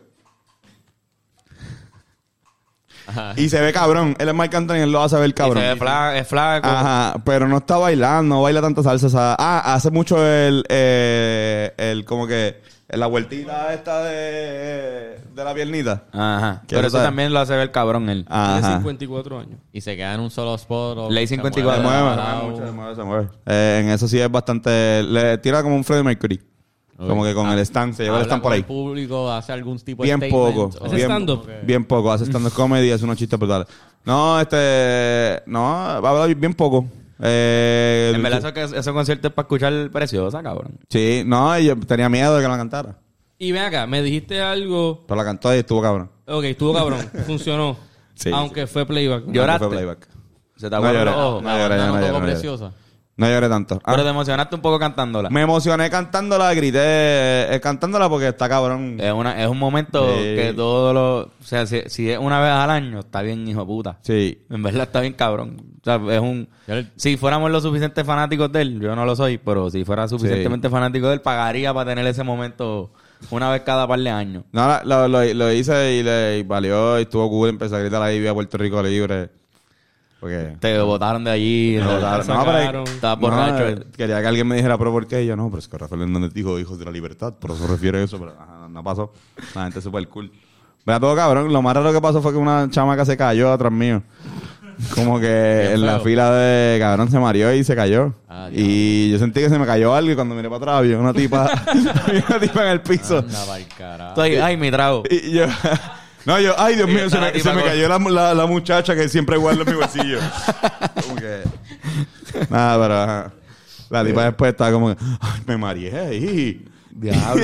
A: Y se ve cabrón. Él es Mike Anthony, él lo hace ver cabrón.
C: Y se ve fla- es flaco.
A: Ajá, pero no está bailando, no baila tanta salsa. o sea, ah, hace mucho el, eh, el como que la vueltita esta de, de la piernita.
C: Ajá.
A: ¿Qué
C: Pero eso
A: sabe?
C: también lo hace ver cabrón él.
B: Tiene
A: Ajá.
B: 54 años.
D: Y se queda en un solo spot. o
C: Ley
D: se
C: 54.
A: Se
D: mueve
A: mueve,
D: de
A: se
D: lado.
A: mueve mucho, se mueve, se mueve. Eh, en eso sí es bastante. Le tira como un Freddie Mercury. Como que con el stand, se lleva el
D: Habla
A: stand por
D: con
A: ahí.
D: el público, hace algún tipo de
A: Bien
D: ah, statement,
A: poco.
D: o-
B: Hace
A: Bien,
B: stand-up.
A: bien poco. Hace stand-up comedy, hace unos chistes brutales. No, este. No, habla bien poco. Eh,
C: En verdad, eso, que- ese concierto es para escuchar preciosa, cabrón.
A: Sí, no, yo tenía miedo de que la cantara.
B: Y ven acá, me dijiste algo.
A: Pero la cantó y estuvo cabrón.
B: Ok, estuvo cabrón. Funcionó.
A: Sí,
B: aunque fue playback.
C: Yo- ¿Lloraste?
A: Fue playback.
C: Se te
A: No
C: aguaron
A: lloré.
C: los ojos.
A: No
D: la
A: lloré,
D: banda
A: yo no
D: no
A: lloré,
D: tocó
A: no lloré.
D: preciosa.
A: No lloré tanto. Ah,
C: Pero te emocionaste un poco cantándola.
A: me emocioné cantándola, grité eh, cantándola porque está cabrón.
C: Es, una, es un momento
A: Sí.
C: que todo lo... O sea, si, si es una vez al año, está bien, hijo de puta.
A: Sí.
C: En verdad está bien cabrón. O sea, es un...
D: Ya le-
C: Si fuéramos lo suficiente fanáticos de él, yo no lo soy, pero si fuera suficientemente fanático de él, pagaría para tener ese momento una vez cada par de años.
A: No, la- lo, lo- lo hice y le y valió y estuvo cool. Empecé a gritar ahí, vi a Puerto Rico libre. Porque...
C: Te botaron de allí,
A: Me
C: te
A: botaron.
C: sacaron.
A: No, pero-
C: Estabas
A: No, eh,
C: borracho.
A: quería que alguien me dijera, pero ¿por qué? Y yo, no, pero es que Rafael Hernández dijo hijos de la libertad. Por eso refiere eso, pero ajá, no pasó. La gente es súper cool. Pero a todo cabrón, lo más raro que pasó fue que una chamaca se cayó atrás mío. Como que en la
D: feo.
A: fila de cabrón se mareó y se cayó.
D: Ah,
A: y yo sentí que se me cayó algo y cuando miré para atrás había una tipa, había una tipa en el piso.
D: Anda pa'l carajo.
C: Estoy, ay, mi trago.
A: Y yo, no, yo, ay Dios
C: Y
A: mío, se
C: estaba
A: me,
C: la
A: se
C: tipa
A: me
C: con-
A: cayó la, la- la muchacha que siempre guardo en mi bolsillo. como que. Nada, pero. ajá. La tipa después estaba como que, ay, me mareé ahí.
C: Diablo,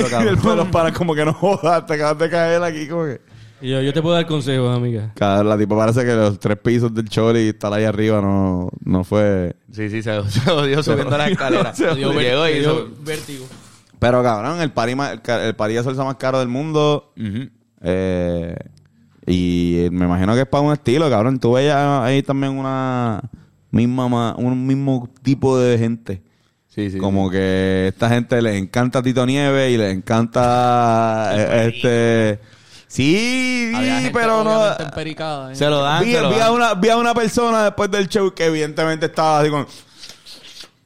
A: Y el
C: cabrón.
A: pelo para como que no jodas, te acabas de caer aquí, como que.
B: Y yo, yo te puedo dar consejos, amiga.
A: Cabrón, la tipa parece que los tres pisos del chori y estar ahí arriba no, no fue.
C: Sí, sí, se, se odió subiendo la escalera.
A: Se odió.
C: Llegó y
B: Me dio
C: hizo...
B: vértigo.
A: Pero cabrón, el pari, ma- el, ca- el pari de salsa más caro del mundo. Eh, y me imagino que es para un estilo, cabrón. Tú ves ya ahí también una misma, ma- un mismo tipo de gente.
C: Sí, sí.
A: Como que esta gente les encanta Tito Nieves y les encanta eh, este. Sí,
D: Había gente
A: pero no.
D: obviamente empericada, ¿eh?
C: Se lo dan,
A: Vi,
C: se lo
A: vi
C: dan.
A: a una, vi a una persona después del show que evidentemente estaba así con-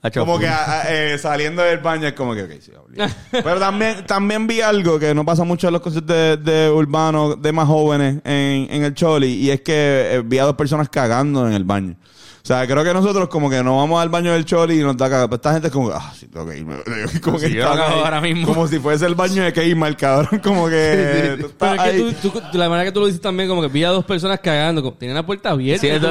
C: Hacho,
A: como que
C: puta.
A: a- a- eh, saliendo del baño es como que, ok, sí, obligado. Pero también, también vi algo que no pasa mucho en los conciertos de, de urbanos, de más jóvenes en, en el Choli, y es que eh, vi a dos personas cagando en el baño. O sea, creo que nosotros como que no vamos al baño del Choli y nos da cagada. Pero esta gente es como, que, ah, sí, tengo que irme. Como que
C: Sí, yo
A: están
C: acabo
A: ahí,
C: ahora mismo.
A: Como si fuese el baño de Keimar, cabrón. Como
C: Eh,
A: que... tú estás
B: Pero es que
A: ahí.
B: tú, tú- la manera que tú lo dices también, como que vi a dos personas cagando. como- Tenían la puerta abierta.
C: Sí, eso,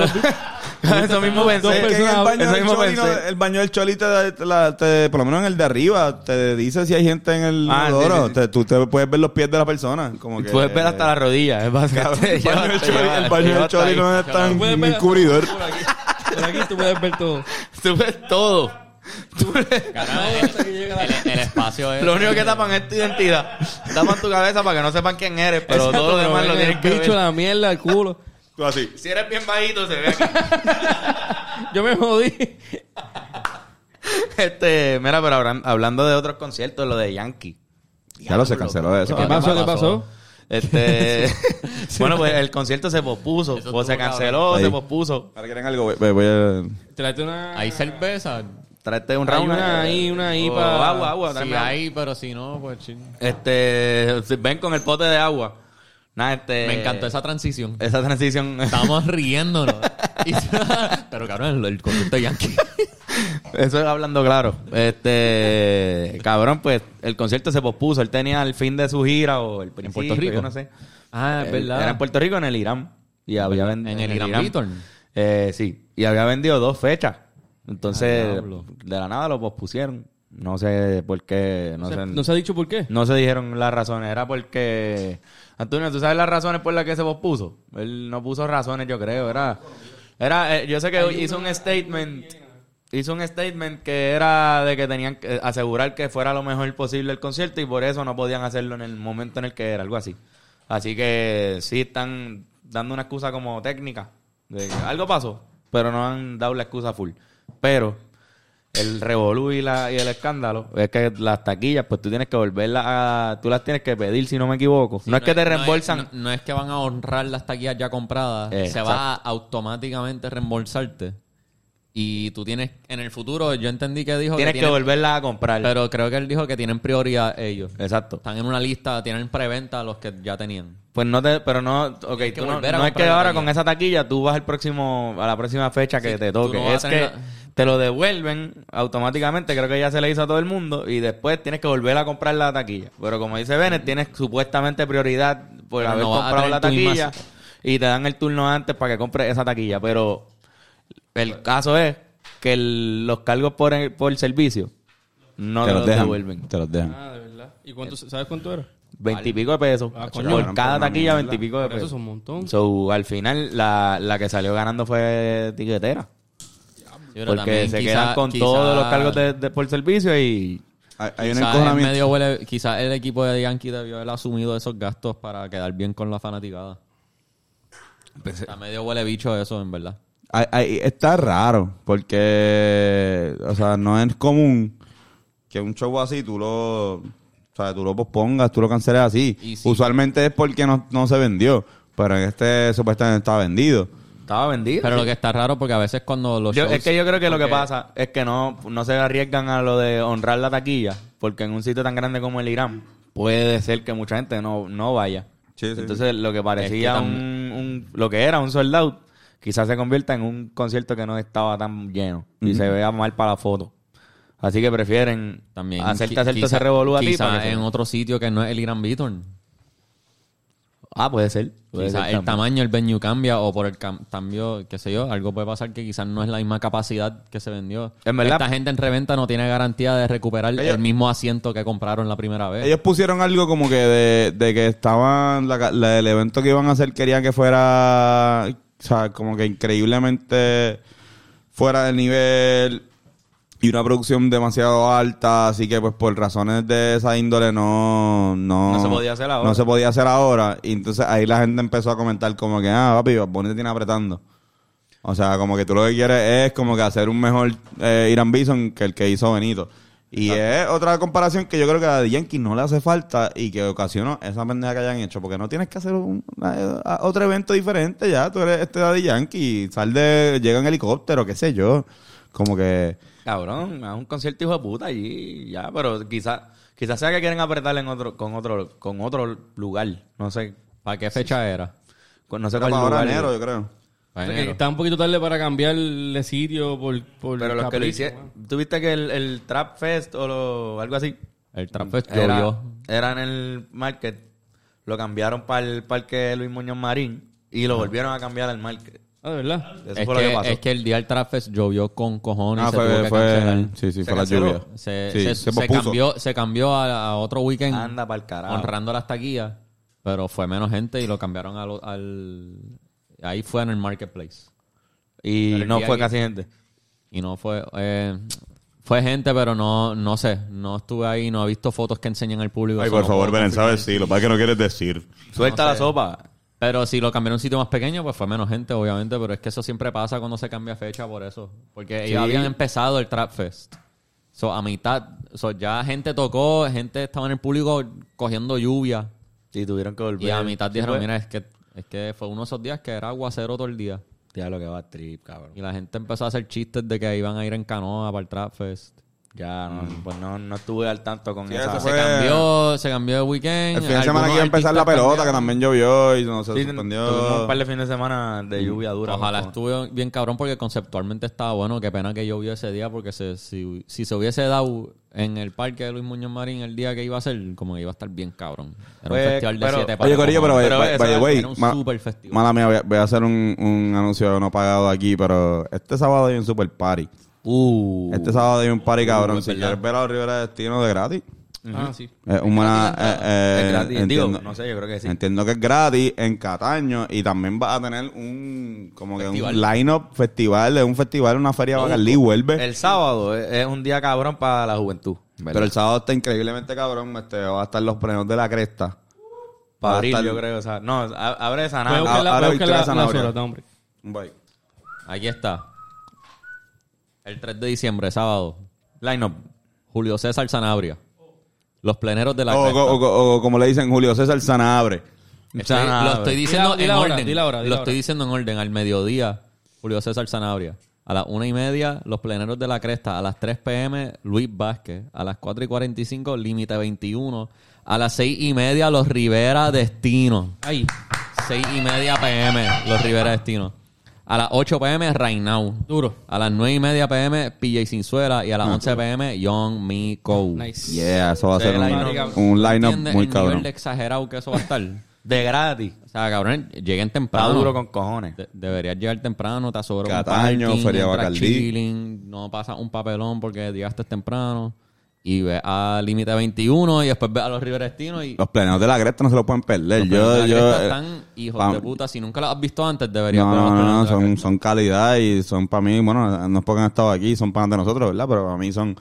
B: Como-
C: eso mismo pensé.
B: Dos
A: Es que en el
B: personas-
A: baño,
C: eso
A: del
C: mismo
A: Choli, no-
C: pensé.
A: el baño del Choli te, da- te la- te- por lo menos en el de arriba, te dice si hay gente en el
C: Ah, sí,
A: inodoro.
C: sí, sí.
A: Te- tú te puedes ver los pies de la persona. Como que,
C: Puedes ver hasta la rodilla. Es
A: Cabrón,
C: básicamente.
A: el baño del Choli, el baño del Choli no es tan
B: Tú puedes ver hasta-
A: encubridor.
B: Por aquí, por aquí tú puedes ver todo.
C: Tú ves todo. Tú ves-
D: Carajo,
B: Hasta que llega la-
D: el, el espacio es...
C: Lo único que tapan es tu identidad. Tapan tu cabeza para que no sepan quién eres, pero
B: Exacto,
C: todo lo
B: pero
C: demás
B: ven
C: lo
B: el
C: tienen que
B: bicho,
C: ver.
B: la mierda, el culo.
A: Tú así.
C: Si eres bien bajito, se ve aquí.
B: Yo me jodí.
C: Este, mira, pero hablan- hablando de otros conciertos, lo de Yankee.
A: Ya lo se canceló eso.
B: ¿Qué
A: ¿verdad?
B: pasó? ¿Qué pasó?
C: Este, bueno, pues el concierto se pospuso,
D: Eso
C: o se
D: estuvo
C: canceló,
A: cabrón.
C: se
A: Ahí.
C: pospuso.
A: Ahora quieren algo, voy- voy- voy a-
B: Tráete una.
D: Hay cerveza.
C: Traete un
B: Hay
C: round.
B: una ahí, una ahí para-
C: O agua,
A: Ah,
C: agua,
D: Si
C: tráeme agua.
D: hay, pero si no, pues ching.
C: Este, si- ven con el pote de agua. Nada, este.
A: Eh,
D: Me encantó esa transición.
C: esa transición.
D: Estábamos riéndonos. Y- pero cabrón, el, el concierto de Yankee.
C: Eso es hablando claro. Este, cabrón, pues el concierto se pospuso. Él tenía el fin de su gira o el principio,
D: Rico?
C: yo no sé.
D: Ah,
C: Él- Era en Puerto Rico en el Irán. Y había vendido.
D: En el Irán Beaton.
C: Eh, sí. Y había vendido dos fechas.
D: Ah,
C: Entonces,
D: diablo.
C: de la nada lo pospusieron. No sé por qué. No,
B: O sea,
C: sé,
B: no se ha dicho por qué.
C: no se dijeron las razones. Era porque. Antonio, ¿tú sabes las razones por las que se pospuso? Él no puso razones, yo creo. Era. era eh, yo sé que hizo un statement. hizo un statement que era de que tenían que asegurar que fuera lo mejor posible el concierto y por eso no podían hacerlo en el momento en el que era, algo así. Así que sí están dando una excusa como técnica. de que algo pasó, pero no han dado la excusa full. Pero el revolú y, la, y el escándalo es que las taquillas, pues tú tienes que volverlas a... Tú las tienes que pedir, si no me equivoco. no, es que te reembolsan...
D: No es, no- no es que van a honrar las taquillas ya compradas.
C: Eh,
D: se va a automáticamente reembolsarte. Y tú tienes, en el futuro, yo entendí que dijo
C: tienes que,
D: tienen-
C: volverlas a comprar.
D: Pero creo que él dijo que tienen prioridad ellos.
C: Exacto.
D: Están en una lista, tienen preventa los que ya tenían.
C: Pues no te, pero no, ok,
D: Tienes que
C: tú no,
D: volver a
C: no es que
D: comprar la
C: ahora
D: taquilla.
C: con esa taquilla tú vas al próximo, a la próxima fecha que
D: Sí,
C: te
D: tú no
C: toque.
D: vas a
C: es que
D: tener la-
C: te lo devuelven automáticamente, creo que ya se le hizo a todo el mundo, y después tienes que volver a comprar la taquilla. Pero como dice Bennett, tienes supuestamente prioridad por
D: Pero
C: haber
D: no vas a
C: comprado la
D: tener tú misma-
C: taquilla y te dan el turno antes para que compres esa taquilla. Pero
D: Pues
C: el caso es que el- los cargos por, el- por servicio no
A: te
C: te
A: los
C: los
A: dejan.
C: devuelven.
A: Te los dejan.
B: Ah, de verdad. ¿Y cuánto, sabes cuánto era?
C: Veintipico de pesos.
B: Ah, coño.
C: por cada
A: Por una
C: taquilla,
A: mierda.
C: veintipico de
B: Pero eso
C: pesos.
B: es un montón.
C: So, al final, la, la que salió ganando fue tiquetera.
D: Sí, pero
C: Porque
D: también
C: se
D: quizá-
C: quedan con
D: quizá-
C: todos los cargos de, de- por servicio y...
A: Hay, hay un
D: Quizás el,
A: encojonamiento.
D: medio huele- quizás el equipo de Yankee debió haber asumido esos gastos para quedar bien con la fanaticada. Está medio huele bicho eso, en verdad.
A: Ay, ay, está raro, porque, o sea, no es común que un show así tú lo, o sea, tú lo pospongas, tú lo canceles así.
D: Y sí.
A: Usualmente es porque no, no se vendió, pero en este supuestamente está vendido.
C: Estaba vendido.
D: Pero lo que está raro porque a veces cuando los
C: Yo-
D: shows-
C: es que yo creo que lo que
D: porque-
C: pasa es que no, no se arriesgan a lo de honrar la taquilla, porque en un sitio tan grande como el Irán puede ser que mucha gente no, no vaya.
A: Sí, sí.
C: Entonces lo que parecía
D: Es que
C: un,
D: tam-
C: un- lo que era un sold out, quizás se convierta en un concierto que no estaba tan lleno y se vea mal para la foto. Así que prefieren
D: también
C: hacerte
D: qui-
C: hacerte
D: quizá-
C: ese revolú a ti.
D: quizá
C: para que se-
D: en otro sitio que no es el Irán Beaton.
C: Ah, puede ser. puede ser
D: Quizás el
C: también.
D: tamaño, el venue cambia o por el cam- cambio, qué sé yo, algo puede pasar que quizás no es la misma capacidad que se vendió.
C: En verdad-
D: Esta gente en reventa no tiene garantía de recuperar
A: Ellos-
D: el mismo asiento que compraron la primera vez.
A: Ellos pusieron algo como que de, de que estaban, la, la- el evento que iban a hacer querían que fuera, o sea, como que increíblemente fuera del nivel y una producción demasiado alta, así que pues por razones de esa índole no... No,
C: No se podía hacer ahora.
A: No se podía hacer ahora. Y entonces ahí la gente empezó a comentar como que, ah, papi, Bad Bunny te tiene apretando. O sea, como que tú lo que quieres es como que hacer un mejor eh, Irán Bison que el que hizo Benito. Y es otra comparación que yo creo que a The Yankees no le hace falta y que ocasionó esa pendeja que hayan hecho. Porque no tienes que hacer un- una- a- otro evento diferente ya. Tú eres este Daddy Yankee, sal de, llega en helicóptero, qué sé yo. Como que...
C: Cabrón, haz un concierto hijo de puta allí, ya, pero quizás quizás sea que quieren apretarle en otro, con otro, con otro lugar. No sé,
D: ¿Para qué fecha era?
C: con- no sé
A: Era
C: cuál
A: para ahora
C: lugar.
A: enero, yo creo.
D: Para
B: O sea, que
D: enero.
B: está un poquito tarde para cambiar de sitio por, por
C: pero los que lo
B: capricho,
C: hicieron,
B: mano.
C: tuviste que el, el Trap Fest o lo- algo así,
D: El Trapfest
C: era,
D: llovió.
C: era en el market, lo cambiaron para el parque Luis Muñoz Marín y lo volvieron a cambiar al market.
B: Ah, de verdad.
C: Eso
D: es,
C: fue lo
D: que,
C: que pasó.
D: es que el día del Trapfest llovió con cojones.
A: Ah,
D: se tuvo
A: fue,
D: que
A: fue,
D: cancelar.
A: sí, sí,
C: Se
A: fue la
C: canceló.
A: lluvia.
D: Se,
A: Sí,
D: se-
A: se
D: se
A: pospuso.
D: cambió, se cambió a, a otro weekend
C: Anda pa'l carajo.
D: honrando las taquillas, pero fue menos gente y lo cambiaron a lo- al... Ahí fue en el marketplace.
C: y
D: Pero el
C: no
D: día
C: fue
D: que-
C: casi gente.
D: Y no fue... eh, fue gente, pero no no sé. No estuve ahí, no he visto fotos que enseñan al público.
F: Ay,
D: eso
F: por
D: no
F: favor,
D: puedo
F: Beren,
D: confirmar.
F: sabes sí, lo que pasa es que no quieres decir.
C: Suelta la sopa.
D: Pero si lo cambiaron a un sitio más pequeño, pues fue menos gente, obviamente. Pero es que eso siempre pasa cuando se cambia fecha, por eso. Porque ellos habían empezado el Trap Fest. So, a mitad, so, ya gente tocó, gente estaba en el público cogiendo lluvia.
C: Y tuvieron que volver.
D: Y a mitad
C: Sí pues.
D: dijeron,
C: fue.
D: mira, es que, es que fue uno de esos días que era aguacero todo el día.
C: Ya lo que va trip, cabrón.
D: Y la gente empezó a hacer chistes de que iban a ir en canoa para el Trap Fest.
C: Ya, no,
D: Mm.
C: pues no, no estuve al tanto con
A: Sí,
C: esa.
A: eso fue-
D: Se cambió, se cambió de weekend.
A: Pues, El fin de semana
D: Algunos
A: que iba a empezar la
D: artistas
A: pelota, que
D: cambiaron.
A: también llovió y no se
C: Sí, tuvimos
A: suspendió.
C: un par de fines de semana de lluvia dura.
D: Mm. Ojalá
C: ¿no?
D: estuve bien cabrón porque conceptualmente estaba bueno. Qué pena que llovió ese día porque se- si, si se hubiese dado en el parque de Luis Muñoz Marín el día que iba a ser, como que iba a estar bien cabrón. Era
C: Pues,
D: un festival de
C: pero-
D: siete
A: Oye, Corillo, pero, eh,
D: cojones.
A: by- by,
C: eso
A: by the
C: era-
A: way,
D: era un
A: ma-
D: super festival.
A: mala mía, voy a, voy a hacer un, un anuncio no pagado aquí, pero este sábado hay un super party.
D: Uh,
A: Este sábado hay un party, cabrón.
D: es
A: Si
D: verdad.
A: quieres ver a los Rivera Destino de gratis,
B: Ah, sí.
A: Es un buena- eh, eh,
C: Es gratis. Digo,
A: entiendo-
C: no sé, yo creo que sí.
A: Entiendo que es gratis en Cataño y también vas a tener un como que un line-up festival, es un festival, una feria Bacardí, vuelve.
C: El sábado es, es un día cabrón para la juventud.
A: Pero el sábado está increíblemente cabrón, este, va a estar los premios de la cresta. va
C: para
A: a
C: abril,
A: estar-
C: yo creo. O sea, no, a- abre esa
B: Voy a
C: nada.
B: buscar la-
A: Ah, ahora
B: voy a buscar
A: Victoria
B: la- las
A: Zanabria.
B: horas, da, hombre.
A: Bye.
D: Aquí está. El 3 de diciembre, sábado.
C: Line up.
D: Julio César Sanabria. Los pleneros de la
A: O,
D: cresta.
A: o- o- o como le dicen Julio César Sanabre.
D: Estoy-
C: Sanabria.
D: lo estoy diciendo
B: Di la- di
D: en
B: la hora,
D: orden.
B: di la hora, di la
D: lo estoy
B: hora.
D: diciendo en orden. Al mediodía, Julio César Sanabria. A las una y media, los pleneros de la cresta. A las 3 pm, Luis Vázquez. A las 4 y 45, Límite 21. A las 6 y media, los Rivera Destino.
B: Ahí.
D: 6 y media pm, los Rivera Destino. A las 8 pm, Right Now.
B: Duro.
D: A las 9 y media pm, PJ Sinzuela. Y
A: Ah,
D: a las 11 pm, Young Mi Co.
B: Nice.
A: Yeah, eso va a
C: Sí,
A: ser
B: line-up.
A: un, un line-up
D: ¿Entiendes
A: muy
D: el
A: cabrón.
D: nivel de exagerado que eso va a estar? o
C: De gratis.
D: sea, cabrón, lleguen
C: Está
D: temprano.
C: duro con cojones.
D: De- deberías llegar temprano, te sobra
A: Cataño,
D: un parking,
A: Feria
D: entras
A: Bacardí.
D: chilling, no pasas un papelón porque llegaste temprano y ves a Límite 21 y después ves a los Riverestinos y
A: Los plenos de la cresta no se los pueden perder. Yo,
D: Los
A: yo,
D: Riverestas
A: eh,
D: están hijos
A: pa-
D: de puta, si nunca los has visto antes deberías
A: no,
D: ver los
A: no, no,
D: Planetas de la
A: son,
D: Cresta.
A: son calidad y son para mí, bueno, no es porque han estado aquí, son panas de nosotros, ¿verdad? Pero para mí son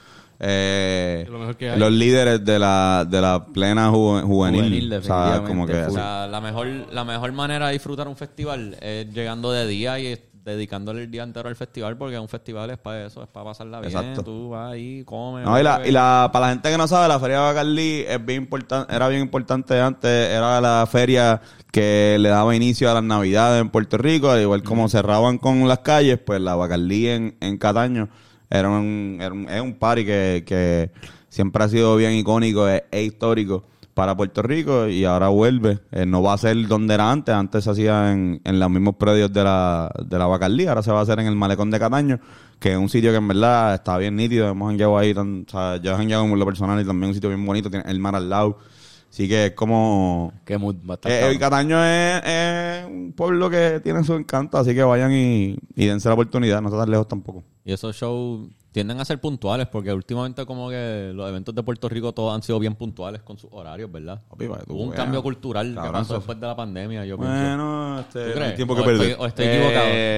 A: eh,
B: De lo mejor que hay.
A: los líderes de la, de la plena ju- juvenil.
C: Juvenil,
A: o sea, como que
C: definitivamente,
D: O
A: así.
D: sea, la mejor, la mejor manera de disfrutar un festival es llegando de día y dedicándole el día entero al festival porque un festival es para eso, es para pasarla bien,
A: Exacto.
D: tú vas ahí, comes.
A: No, y la,
D: bebes.
A: y la, para la gente que no sabe, la feria de Bacardí es bien importan- era bien importante antes, era la feria que le daba inicio a las navidades en Puerto Rico, al igual como cerraban con las calles, pues la Bacardí en, en Cataño era un, era un, es un party que, que siempre ha sido bien icónico, es, es histórico para Puerto Rico y ahora vuelve. Eh, no va a ser donde era antes, antes se hacía en, en los mismos predios de la, de la Bacardí, ahora se va a hacer en el Malecón de Cataño, que es un sitio que en verdad está bien nítido, hemos hangueado ahí, tan, o sea, yo he hangueado en lo personal y también un sitio bien bonito, tiene el mar al lado, así que es como...
C: Qué mood va a estar
A: Eh,
C: cabrón.
A: el Cataño es, es un pueblo que tiene su encanto, así que vayan y, y dense la oportunidad, no está tan lejos tampoco.
D: Y esos shows tienden a ser puntuales porque últimamente como que los eventos de Puerto Rico todos han sido bien puntuales con sus horarios, ¿verdad?
A: Papi, para que tú
D: Hubo un
A: veas.
D: cambio cultural que
A: Cabrón,
D: pasó
A: eso-
D: después de la pandemia, yo pienso.
A: Bueno,
D: ¿Tú
A: este, no
D: crees?
A: hay tiempo que
D: o estoy,
A: perder.
D: o estoy
C: Eh,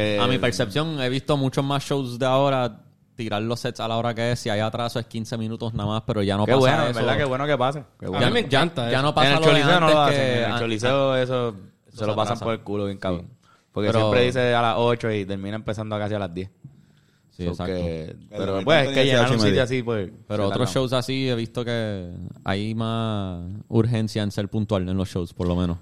D: equivocado. A mi percepción, he visto muchos más shows de ahora tirar los sets a la hora que es. Si hay atraso es 15 minutos nada más, pero ya no
C: qué
D: pasa
C: bueno, en
D: eso.
C: verdad, qué bueno que pase. Qué
B: A
C: bueno.
B: mí me encanta.
D: Ya
B: eso.
D: no
C: en
D: pasa
C: el
D: lo de
C: Choliseo no
D: antes
C: lo
D: que-
C: hacen. En
D: ah,
C: el Choliseo eso, se lo
D: se
C: pasan
D: atrasa.
C: por el culo bien cabrón. Porque
D: Pero-
C: siempre dice a las 8 y termina empezando casi a las 10.
D: Sí,
C: So
D: exacto.
C: que-
A: Pero
C: pero
A: de repente
C: pues es
A: ya sea
C: que llenar
A: ocho y
C: un sitio
A: media.
C: así, pues...
D: Pero
C: se
D: otros
C: tardan.
D: shows así he visto que hay más urgencia en ser puntual en los shows, por lo menos.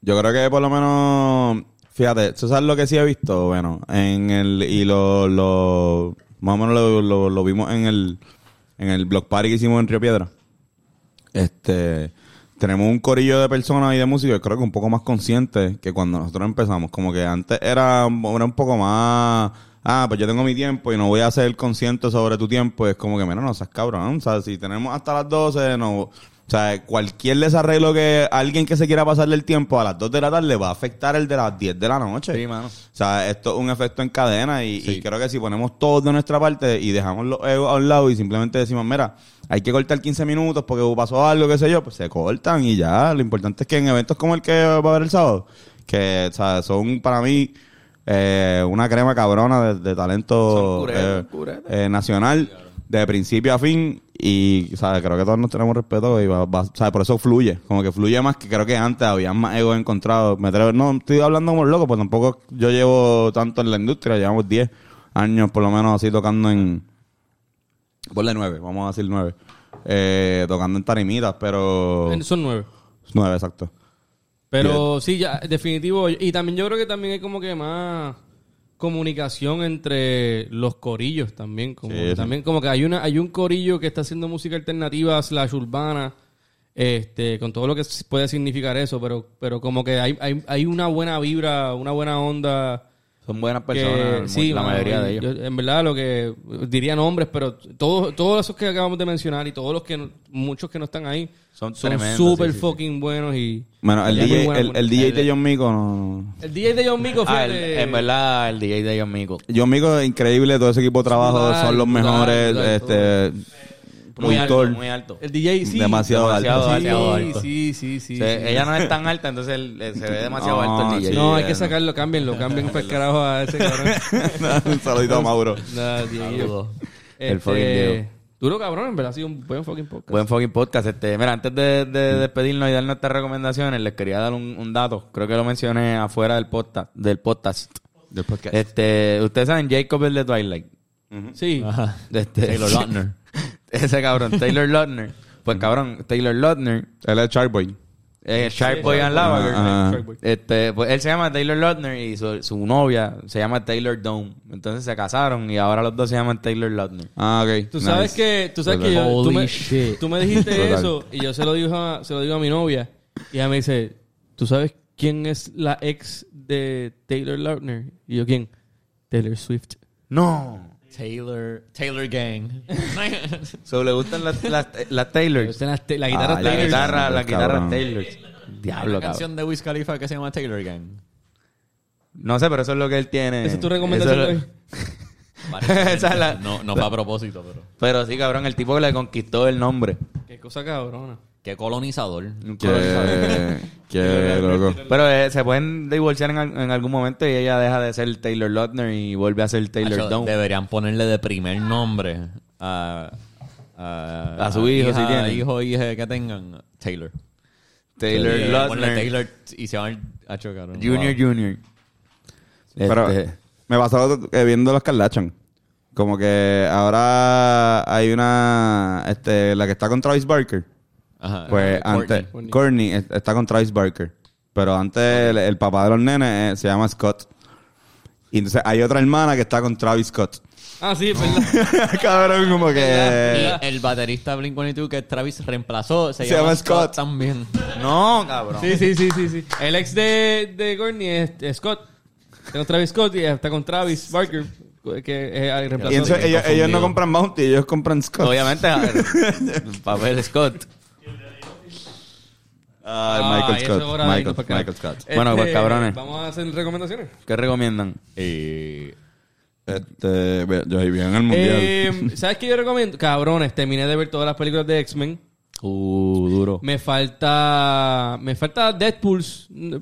A: Yo creo que por lo menos, fíjate, ¿tú sabes lo que sí he visto? Bueno, en el, y lo, lo más o menos lo, lo- lo vimos en el, en el block party que hicimos en Río Piedra. Este, tenemos un corillo de personas y de músicos, creo que un poco más conscientes que cuando nosotros empezamos. Como que antes era, un- era un poco más, ah, pues yo tengo mi tiempo y no voy a ser consciente sobre tu tiempo. Es como que, menos no seas cabrón. O sea, si tenemos hasta las 12, no, o sea, cualquier desarreglo que alguien que se quiera pasarle el tiempo a las 2 de la tarde va a afectar el de las 10 de la noche.
C: Sí, mano.
A: O sea, esto es un efecto en cadena y,
D: Sí.
A: y creo que si ponemos todo de nuestra parte y dejamos los egos a un lado y simplemente decimos, mira, hay que cortar 15 minutos porque pasó algo, qué sé yo, pues se cortan y ya. Lo importante es que en eventos como el que va a haber el sábado, que o sea, son para mí eh, una crema cabrona de, de talento
C: Son curetas,
A: eh,
C: son curetas.
A: eh, nacional de principio a fin y ¿sabes? creo que todos nos tenemos respeto y va- va- ¿sabes? por eso fluye como que fluye más que creo que antes había más egos encontrados Me atrevo- no estoy hablando como loco pues tampoco yo llevo tanto en la industria llevamos 10 años por lo menos así tocando en ponle 9 vamos a decir 9 eh, tocando en tarimitas pero
B: En- Son nueve.
A: 9 exacto
B: Pero sí, ya, definitivo. Y también yo creo que también hay como que más comunicación entre los corillos también. Como,
A: Sí, sí.
B: también como que hay una, hay un corillo que está haciendo música alternativa slash urbana. Este, con todo lo que s- puede significar eso, pero, pero como que hay, hay, hay una buena vibra, una buena onda.
C: Son buenas
B: que-
C: personas,
B: sí,
C: la
B: mano,
C: mayoría de
B: yo-
C: ellos.
B: en verdad, lo que diría nombres, pero todos, todos esos que acabamos de mencionar y todos los que, no- muchos que no están ahí,
C: Son
B: son
C: tremendos,
B: súper
C: sí, sí, sí.
B: fucking buenos y.
A: bueno el
B: y hay muy
A: DJ
B: buena
A: el, el
B: comunicación.
A: DJ de John Mico no
B: El DJ de John Mico,
C: Ah,
B: fíjate.
C: el- en verdad, el DJ de ellos, Mico.
A: Yo, amigo, increíble, todo ese equipo de trabajo
B: Brutal,
A: son los
B: brutal,
A: mejores.
B: brutal,
A: este,
C: Muy alto,
A: productor.
C: muy alto.
B: El DJ, sí.
A: Demasiado
C: Demasiado
A: alto.
B: Sí,
C: demasiado alto.
B: Sí, sí, sí.
C: O sea,
B: sí.
C: Ella no es tan alta, entonces él, eh, se ve demasiado
A: No,
C: alto el DJ.
A: sí.
B: No, hay
A: eh,
B: que
A: no.
B: sacarlo, cámbienlo, cambien para el carajo a ese cabrón.
A: Un saludito a Mauro.
B: Nada, Dieguillo.
C: El fucking Diego.
B: Duro cabrón, en verdad ha sido un buen fucking podcast.
C: Buen fucking podcast. Este, mira, antes de, de despedirnos y dar nuestras recomendaciones, les quería dar un, un dato. Creo que lo mencioné afuera del podcast. Del podcast.
A: Del podcast.
C: Este, ustedes saben, Jacob es de Twilight.
B: Sí.
D: Ajá.
C: Este,
D: Taylor Lautner.
C: ese cabrón, Taylor Lautner. Pues cabrón, Taylor Lautner,
A: Él es Sharkboy.
C: eh, Shark Boy and Lavager.
A: Ah.
B: Shark Boy.
C: Este, pues él se llama Taylor Lautner y su, su novia se llama Taylor Dome. Entonces se casaron y ahora los dos se llaman Taylor Lautner.
A: Ah, ok.
B: Tú sabes que, tú sabes que yo, tú
D: Holy
B: me,
D: shit.
B: tú me dijiste
A: Total.
B: eso y yo se lo digo a, se lo digo a mi novia y ella me dice, ¿tú sabes quién es la ex de Taylor Lautner? Y yo, ¿quién? Taylor Swift.
C: No.
D: Taylor, Taylor Gang.
C: So, le gustan las, las, las Taylors.
D: este
B: Esa es la, te- la
A: Ah, la
B: guitarra
C: La
B: Taylor.
C: guitarra, la guitarra
A: Cabrón.
C: Taylor.
D: Hay
C: Diablo,
D: una
C: cabrón.
D: canción de Wiz Khalifa que se llama Taylor Gang.
C: No sé, pero eso es lo que él tiene.
B: Esa es tu recomendación
C: Eso es
B: de
C: lo-
B: hoy.
D: Parece-
C: Esa es la-
D: No, no fue a propósito, pero...
C: Pero sí, cabrón, el tipo que le conquistó el nombre.
B: Qué cosa cabrona.
D: Qué colonizador.
A: Que... Que loco.
C: Pero eh, se pueden divorciar en, al- en algún momento y ella deja de ser Taylor Lautner y vuelve a ser Taylor
D: Hacho,
C: Dome.
D: Deberían ponerle de primer nombre a... A,
C: A su hijo, si
D: hija,
C: tiene.
D: hijo hija que tengan. Taylor.
C: Taylor
D: Y, eh, ponle
C: Lautner
D: Taylor y se van a chocar. ¿no?
C: Junior
D: Wow.
C: Junior.
A: Pero
C: Este,
A: me pasó que viendo los Kardashian. Como que ahora hay una... Este, la que está con Travis Barker.
D: Ajá.
A: Pues
D: Ah, Courtney.
A: antes... Courtney es- está con Travis Barker. Pero antes el, el papá de los nenes eh, se llama Scott. Y entonces hay otra hermana que está con Travis Scott.
B: Ah, sí, verdad.
A: Cabrón, como que...
D: Y el baterista Blink-182 que Travis reemplazó se,
A: Se
D: llama
A: llama
D: Scott.
A: Scott.
D: también.
C: No, cabrón.
B: Sí, sí, sí, sí, sí. El ex de, de Courtney es, es Scott. Tengo Travis Scott y ella está con Travis Barker, que es el
A: Y
B: reemplazo.
A: entonces
D: Estoy
A: ellos, ellos
D: confundido.
A: no compran Bounty, ellos compran Scott.
C: Obviamente, a ver, papel Scott.
A: Ah,
B: Ah,
A: Michael
B: eso es
A: Scott.
B: hora de
A: Michael,
B: irnos para acá.
A: Michael Scott.
C: Bueno, pues, cabrones.
B: Este, Vamos a hacer recomendaciones.
C: ¿Qué recomiendan?
D: Y...
A: Este, ve- yo ahí vi en el mundial.
B: Eh, ¿Sabes qué yo recomiendo? Cabrones, terminé de ver todas las películas de X-Men.
C: Uh, duro.
B: Me falta. Me falta Deadpool.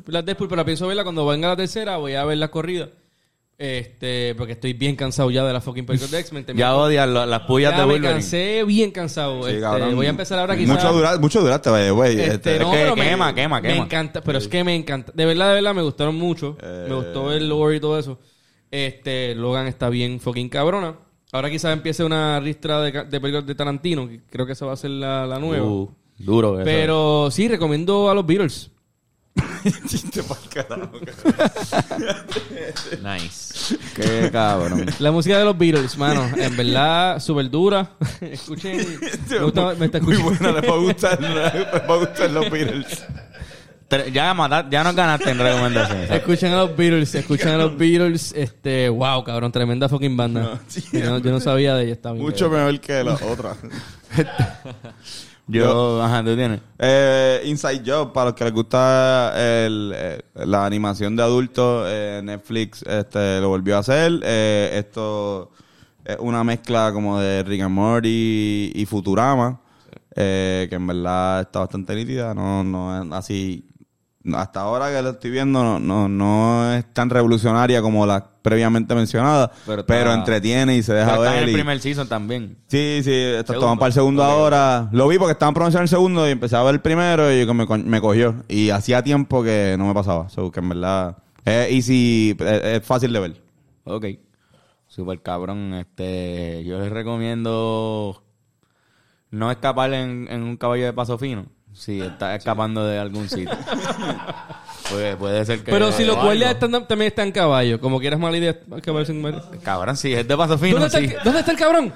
B: La Deadpool, pero pienso verla cuando venga la tercera. Voy a ver la corrida. Este, porque estoy bien cansado ya de las fucking películas de X-Men. Terminé-
C: Ya odian lo- las pullas
B: Ya
C: de
B: me
C: Wolverine.
B: cansé bien cansado.
A: Sí,
B: Este,
A: cabrón.
B: voy a empezar ahora quizás.
A: Mucho, dura, mucho duraste, vaya, güey.
B: Este,
A: Este,
B: no,
C: que
B: pero me-
C: quema, quema,
B: Me
C: quema.
B: encanta, pero es que me encanta. De verdad, de verdad, me gustaron mucho. Me gustó
C: Eh.
B: el lore y todo eso. Este, Logan está bien fucking cabrona. Ahora quizás empiece una ristra de, ca- de películas de Tarantino, que creo que esa va a ser la, la nueva.
C: Uh, duro. eso.
B: pero sí, recomiendo a los Beatles.
D: Nice.
C: Qué cabrón.
B: La música de los Beatles, mano. En verdad, súper dura. Escuchen. Me, gusta- me está
A: muy
B: escuchando.
A: buena, les va a gustar. les va a gustar los Beatles.
C: Tre- Ya, mata- ya nos ganaste en recomendaciones.
B: Escuchan a los Beatles, escuchan a los Beatles. Este, wow, cabrón, tremenda fucking banda. yo, no, yo no sabía de ella, está bien.
A: Mucho mejor que la otra.
C: Yo, ajá, tú tienes.
A: Eh, Inside Job, para los que les gusta el, eh, la animación de adultos, eh, Netflix este, lo volvió a hacer. Eh, esto es una mezcla como de Rick and Morty y Futurama, eh, que en verdad está bastante nítida. No, no es así. no, Hasta ahora que lo estoy viendo, no, no, no es tan revolucionaria como la previamente mencionada,
C: Pero
A: pero,
C: está-
A: entretiene y se
C: Pero
A: deja
C: está
A: ver.
C: en el
A: y-
C: primer season también.
A: Sí, sí, esto
C: Segundo.
A: estaban para el segundo
C: Ok.
A: ahora. Lo vi porque estaban pronunciando el segundo y empecé a ver el primero y me, co- me cogió. Y hacía tiempo que no me pasaba. So, que en verdad es easy, es, es fácil de ver.
C: Ok. Super cabrón. Este, yo les recomiendo no escapar en, en un caballo de paso fino. Si está escapando de algún sitio. Pues, puede ser que.
B: Pero si los
C: o
B: guardias
C: algo.
B: están, también están en caballo, como quieras mala idea, caballo sin mar-
C: Cabrón, si es de paso fino,
B: ¿Dónde, está
C: sí.
B: el, ¿Dónde está el cabrón?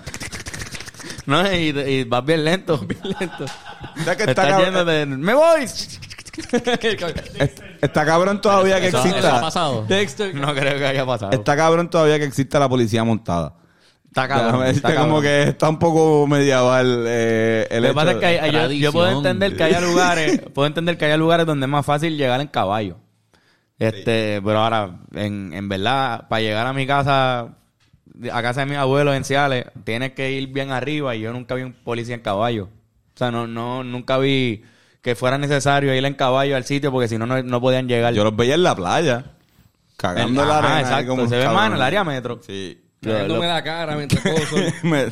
C: No, y, y vas bien lento.
B: Lento.
A: Está, que está,
C: Estás
A: cab-
C: yendo de. ¡Me voy!
A: es- está cabrón todavía que
D: Eso, eso ha
A: exista.
D: pasado.
B: Texto.
C: No creo que haya pasado.
A: Está cabrón todavía que exista la policía montada.
C: Está cabrón.
A: Déjame
C: Está
A: decirte, como
C: cabrón.
A: que está un poco medieval eh, el
C: Lo que
A: hecho
C: pasa es que hay-
A: de-
C: hay- yo- yo,
D: Tradición.
C: puedo entender que haya lugares, puedo entender que haya lugares donde es más fácil llegar en caballo. Este, pero ahora, en, en verdad, para llegar a mi casa a casa de mis abuelos en Ciales, tienes que ir bien arriba y yo nunca vi un policía en caballo. O sea, no, no, nunca vi que fuera necesario ir en caballo al sitio porque si no, no, no podían llegar.
A: Yo los veía en la playa. Cagando
C: El-
A: la
C: ajá,
A: arena.
C: exacto.
A: unos
C: Se ve más en el
A: cabrones.
C: área metro.
A: Sí.
B: Cagándome la cara mientras todo sol.
A: Me-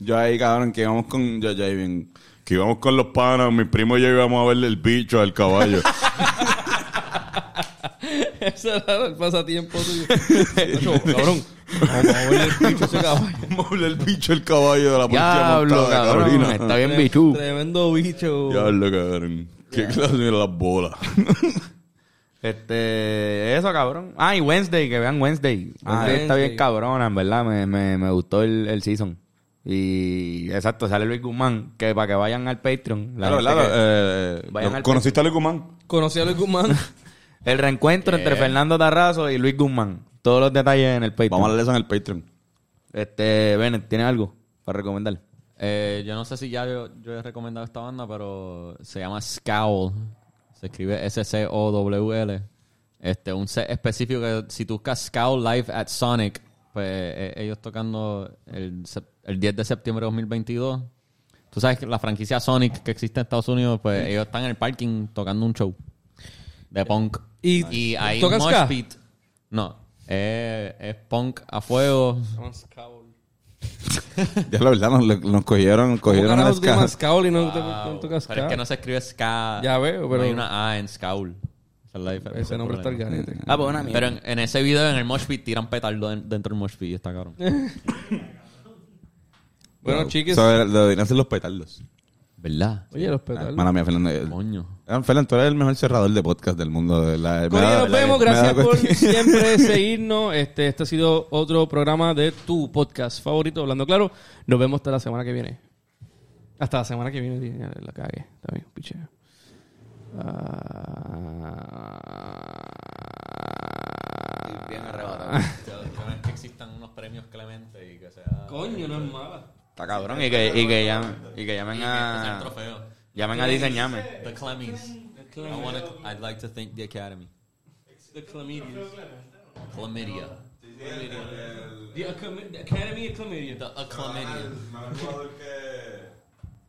A: yo ahí, cabrón, que íbamos con... Yo, yo ahí bien... Que íbamos con los panas, mis primos y yo íbamos a verle el bicho al caballo.
B: Ese era el pasatiempo tuyo. Nacho, cabrón. Vamos a ver el bicho ese caballo.
A: Vamos a verle el bicho al caballo de la policía
C: Diablo,
A: montada de
C: cabrón.
A: Carolina.
C: Está bien bichú.
B: Tremendo bicho.
A: Diablo, cabrón. Qué clase de las bolas.
C: Este, eso, cabrón. Ah, y Wednesday, que vean Wednesday.
B: Ah,
C: Wednesday está
B: Wednesday.
C: bien cabrona, en verdad. Me, me, me gustó el, el season. Y exacto, sale Luis Guzmán, que para que vayan al Patreon. la
A: claro,
C: gente
A: claro.
C: que-
A: eh,
C: vayan
A: ¿lo-
C: al
A: ¿Conociste a Luis Guzmán?
B: Conocí a Luis Guzmán.
A: eh.
C: El reencuentro entre Fernando Tarrazo y Luis Guzmán. Todos los detalles en el Patreon.
A: Vamos a darle eso en el Patreon.
C: Este, Bennett, ¿tiene algo para recomendar?
D: Eh, yo no sé si ya yo, yo he recomendado esta banda, pero se llama Scowl. Se escribe S-C-O-W-L. Este, un set específico que si tú buscas Scowl Live at Sonic, pues eh, ellos tocando el, sep- el 10 de septiembre de 2022. Tú sabes que la franquicia Sonic que existe en Estados Unidos, pues ellos están en el parking tocando un show de punk.
B: ¿Y
D: hay
B: tocan
D: mosh
B: ska?
D: pit. No, eh, es punk a fuego.
A: Ya la verdad, nos, nos cogieron,
B: ¿Cómo
A: cogieron
B: carajo
A: las
B: tú llamas
A: cajas.
B: Scowl y no, te-
D: Wow.
B: no tocas
D: Pero es que no se escribe Ska.
B: Ya veo, pero-
D: No hay una A en Scowl. Esa es la diferencia.
B: Ese nombre está al garete.
C: Ah, pues una
D: Pero en, en ese video, en el mosh pit, tiran petardo den- dentro del mosh pit y está cabrón.
B: Bueno, chiques.
A: Deberían ser los petardos.
D: ¿Verdad?
B: Oye, los
A: Ah,
B: petardos.
A: Mala mía, Fernando.
D: Coño.
A: Ah, Fernando, tú eres el mejor cerrador de podcast del mundo. de la- Pues me
B: Corillo,
A: da-
B: nos vemos.
A: me da
B: Gracias por
A: cuenta que-
B: siempre seguirnos. Este, este ha sido otro programa de tu podcast favorito, Hablando Claro. Nos vemos hasta la semana que viene. Hasta la semana que viene. ya La cagué. Está bien, piche. Ah.
D: que existan unos premios Clemente y que sea.
B: Coño, no es mala.
C: Está cabrón. Y que, y que llamen, y que llamen
B: Ah.
C: a... Llamen a diseñarme.
D: The Clemmies. I wanna, I'd like to thank the Academy.
B: The Chlamydias.
D: Chlamydia.
B: The Academy of Chlamydia.
D: The Chlamydia.
A: Mal jugador que-